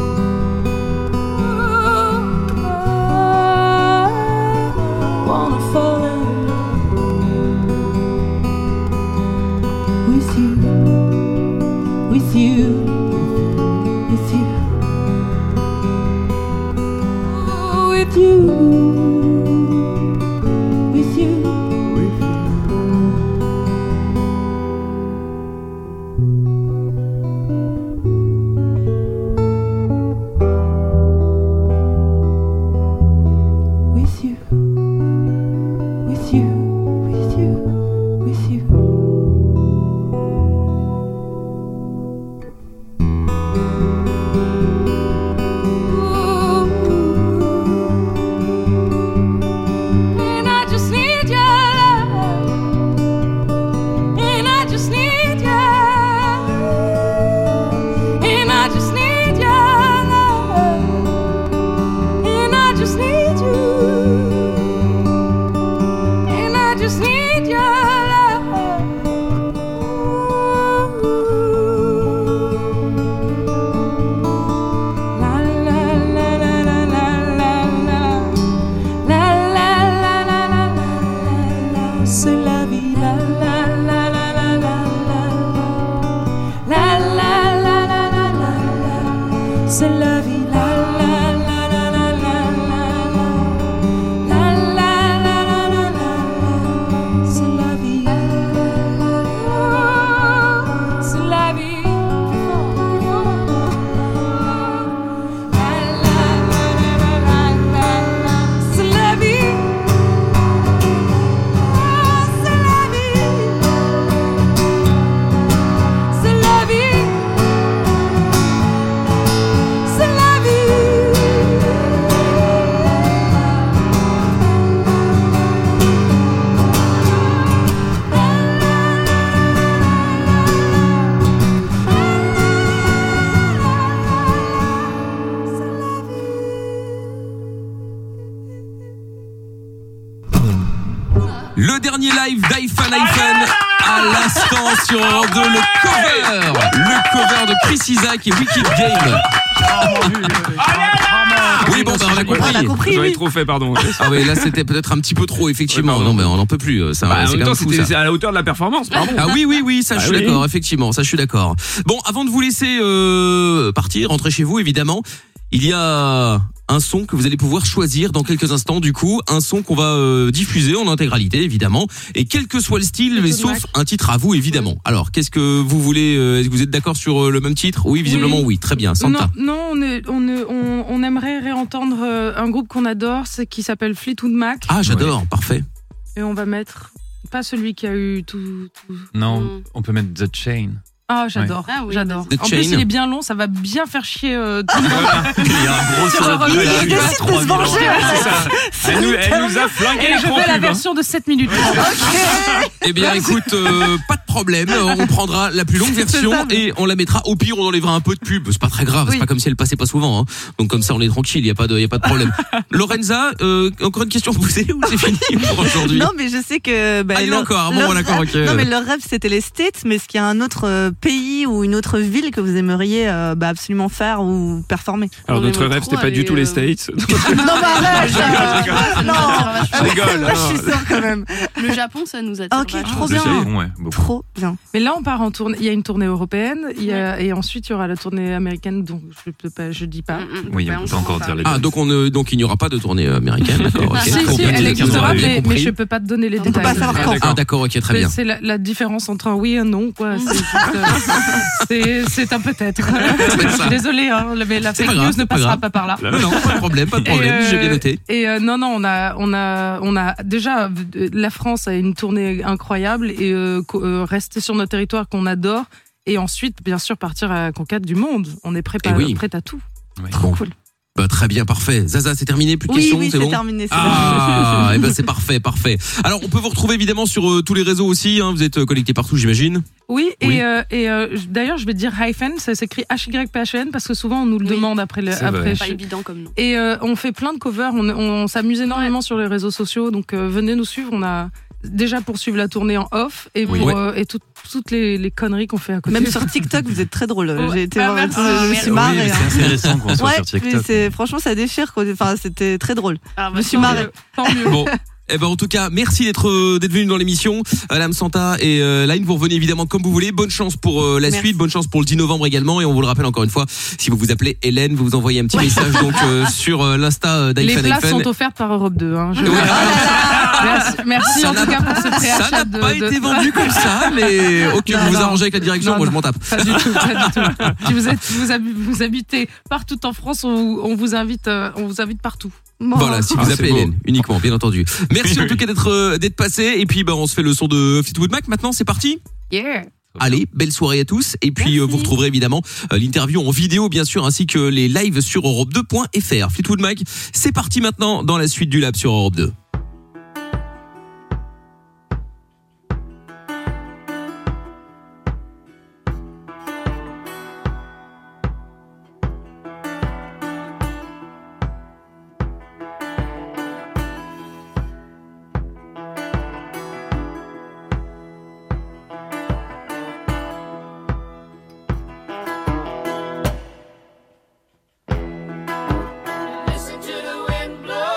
wanna fall in love with you, with you, with you, Oh, with you, with you. With you, with you, with you, with you. And I just need your love. And I just need your. And I just need your love. And I just need you. And I just need your love. La la la la la la la. La la la la la la la la, c'est la vie. La la la la la la la la, la la la la la la la, c'est la vie. La la la la la la la la, la la la la la la la, c'est la vie. C'est la vie. C'est la vie. Ah, c'est la vie. C'est la vie. C'est la Le dernier live d'iPhone iPhone à l'instant sur Europe 2, le cover, le cover de Chris Isaac et Wicked Game. Oui, bon, bah, on a compris. J'aurais trop fait, pardon. Ah oui, là c'était peut-être un petit peu trop, effectivement. non, mais on n'en peut plus. euh, Ça, Bah, en c'est même quand même temps, fou, c'était ça. c'est à la hauteur de la performance, pardon. Ah oui, oui, oui, ça je Ah suis oui. d'accord, effectivement, ça je suis d'accord. Bon, avant de vous laisser euh, partir, rentrer chez vous, évidemment, il y a un son que vous allez pouvoir choisir dans quelques instants, du coup, un son qu'on va euh, diffuser en intégralité, évidemment, et quel que soit le style, mais sauf un titre à vous, évidemment. Alors, qu'est-ce que vous voulez euh, Est-ce que vous êtes d'accord sur euh, le même titre Oui, visiblement oui. Très bien, Hein, Santa. Non, non, on, est- on est- on- on aimerait réentendre euh, un groupe qu'on adore, c'est qui s'appelle Fleetwood Mac. Ah, j'adore, parfait. Et on va mettre pas celui qui a eu tout. tout- Non, on peut mettre The Chain. Ah, j'adore, Ah oui, j'adore. vas-y. The En plus, Chain. il est bien long, ça va bien faire chier euh, tout le monde. Il y a un gros Sur sur Europe deux, il décide de se venger. C'est ça. Elle nous, elle nous a Et flingué les je grands veux la pubs, hein. version de 7 minutes. Eh bien, écoute, euh, pas de problème. euh, On prendra la plus longue version et on la mettra. Au pire, on enlèvera un peu de pub. C'est pas très grave. C'est pas comme si elle passait pas souvent. hein. Donc comme ça, on est tranquille. Il y a pas de, y a pas de problème. Lorenza, euh, encore une question à poser ou c'est fini pour aujourd'hui Non, mais je sais que. bah, Ah, il y en a leur- encore. Ah bon, leur d'accord, rêve- ok. Non, mais leur rêve, c'était les States. Mais est-ce qu'il y a un autre euh, pays ou une autre ville que vous aimeriez euh, bah, absolument faire ou performer Alors notre rêve, c'était pas du tout les States. non, bah arrête euh, Non Je rigole. hein. Moi, je suis sûre quand même. Le Japon, ça nous attire. Ok, vachement. trop bien. ouais, Trop bien. Mais là, on part en tournée. Il y a une tournée européenne il y a- et ensuite, il y aura la tournée américaine, donc je peux pas, je dis Mm, pas. Oui, on peut encore dire les Ah, donc on ne- donc il n'y aura pas de tournée américaine. D'accord. ok. Ah, Si, si, Compris. elle existera, J'ai mais, compris. mais je peux pas te donner les détails. Ah, d'accord, ok, très Mais bien. C'est la, la différence entre un oui et un non, quoi. C'est juste, euh, c'est- C'est un peut-être. C'est ça. Désolée, hein, mais la C'est fake pas grave, news ne pas passera grave. pas par là. Non, non, pas de problème, pas de Et, problème. euh, J'ai bien noté. Et euh, non, non, on a, on a, on a déjà euh, la France a une tournée incroyable et euh, co- euh, rester sur notre territoire qu'on adore. Et ensuite, bien sûr, partir à la conquête du monde. On est prêt, Eh à- oui. prêt à tout. Bon. Bah, très bien, parfait. Zaza, c'est terminé, plus de Oui, questions, oui, c'est c'est bon. terminé, c'est ah, bon. et ben c'est parfait, parfait. Alors, on peut vous retrouver évidemment sur euh, tous les réseaux aussi. hein. Vous êtes euh, connectés partout, j'imagine. Oui, et, euh, et euh, j- d'ailleurs, je vais dire hyphen, ça s'écrit H-Y-P-H-N E parce que souvent on nous le demande après le. C'est Après vrai. Pas évident comme nom. Et euh, on fait plein de covers, on, on- on s'amuse énormément sur les réseaux sociaux, donc euh, venez nous suivre. On a déjà poursuivre la tournée en off et, Oui. pour, Ouais. euh, et tout- toutes les, les conneries qu'on fait à côté. Même sur TikTok, vous êtes très drôle. Ouais. J'ai été Ah, voir merci. je me suis Oui, marrée. mais c'est hein. assez récent qu'on soit Ouais, sur TikTok. mais c'est- franchement, ça déchire. quoi. Enfin, c'était très drôle. je me suis Ah, bah, tant marrée. mieux, Tant mieux. Bon. Eh ben en tout cas, merci d'être euh, d'être venu dans l'émission, euh, Lame Santa et euh, Line. Vous revenez évidemment comme vous voulez. Bonne chance pour euh, la Merci. suite, bonne chance pour le 10 novembre également. Et on vous le rappelle encore une fois, si vous vous appelez Hélène, vous vous envoyez un petit message donc euh, sur euh, l'insta euh, Les d'iPhone places iPhone. sont offertes par Europe 2. hein, je- Merci, merci Ah Ça en tout n'a- cas pour ce préachat. Ça n'a de- pas de- été vendu comme ça, mais ok, Non, vous vous non. arrangez avec la direction, Non, moi je non, m'en tape. Pas du tout, pas du tout. Si vous, êtes, vous, hab- vous habitez partout en France, on, vous- on vous invite, euh, on vous invite partout. Voilà, si Ah, vous c'est appelez beau. Hélène, uniquement, bien entendu. Merci en tout cas d'être euh, d'être passé. Et puis, bah, on se fait le son de Fleetwood Mac. Maintenant, c'est parti. Yeah. Allez, belle soirée à tous. Et puis, euh, vous retrouverez évidemment euh, l'interview en vidéo, bien sûr, ainsi que les lives sur europe2.fr. Fleetwood Mac, c'est parti maintenant dans la suite du lab sur Europe 2. Listen to the wind blow.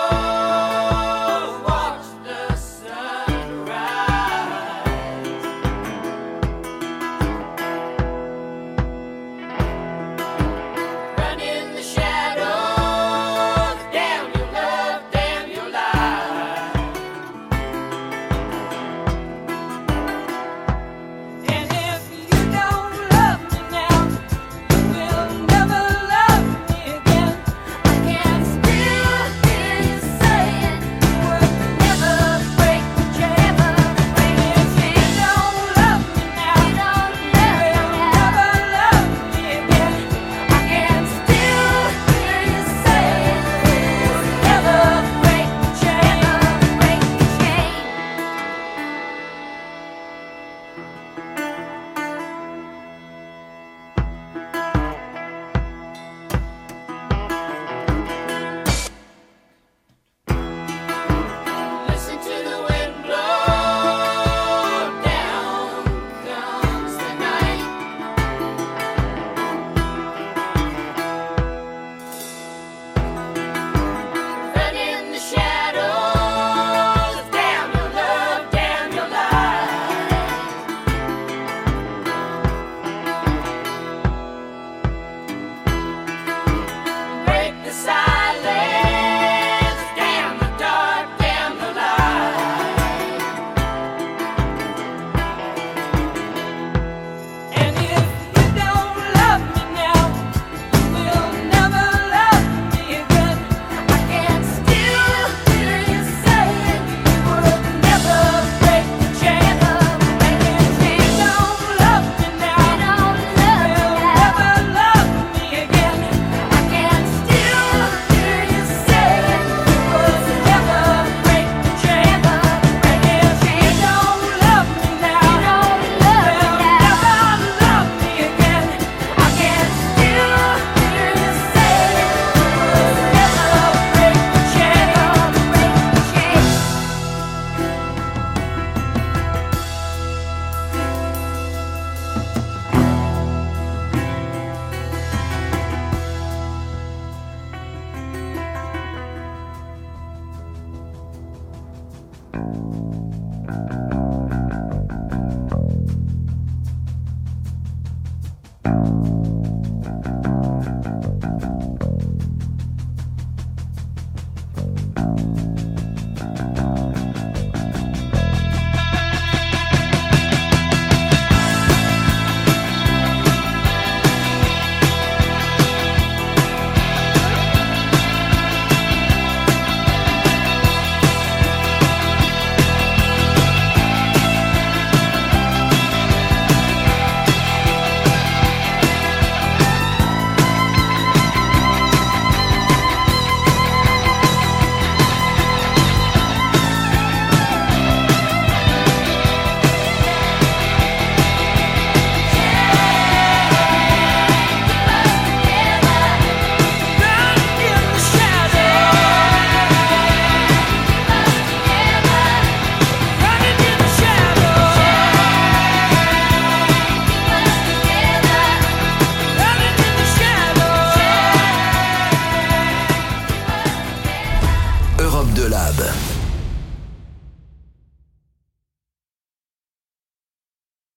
collab.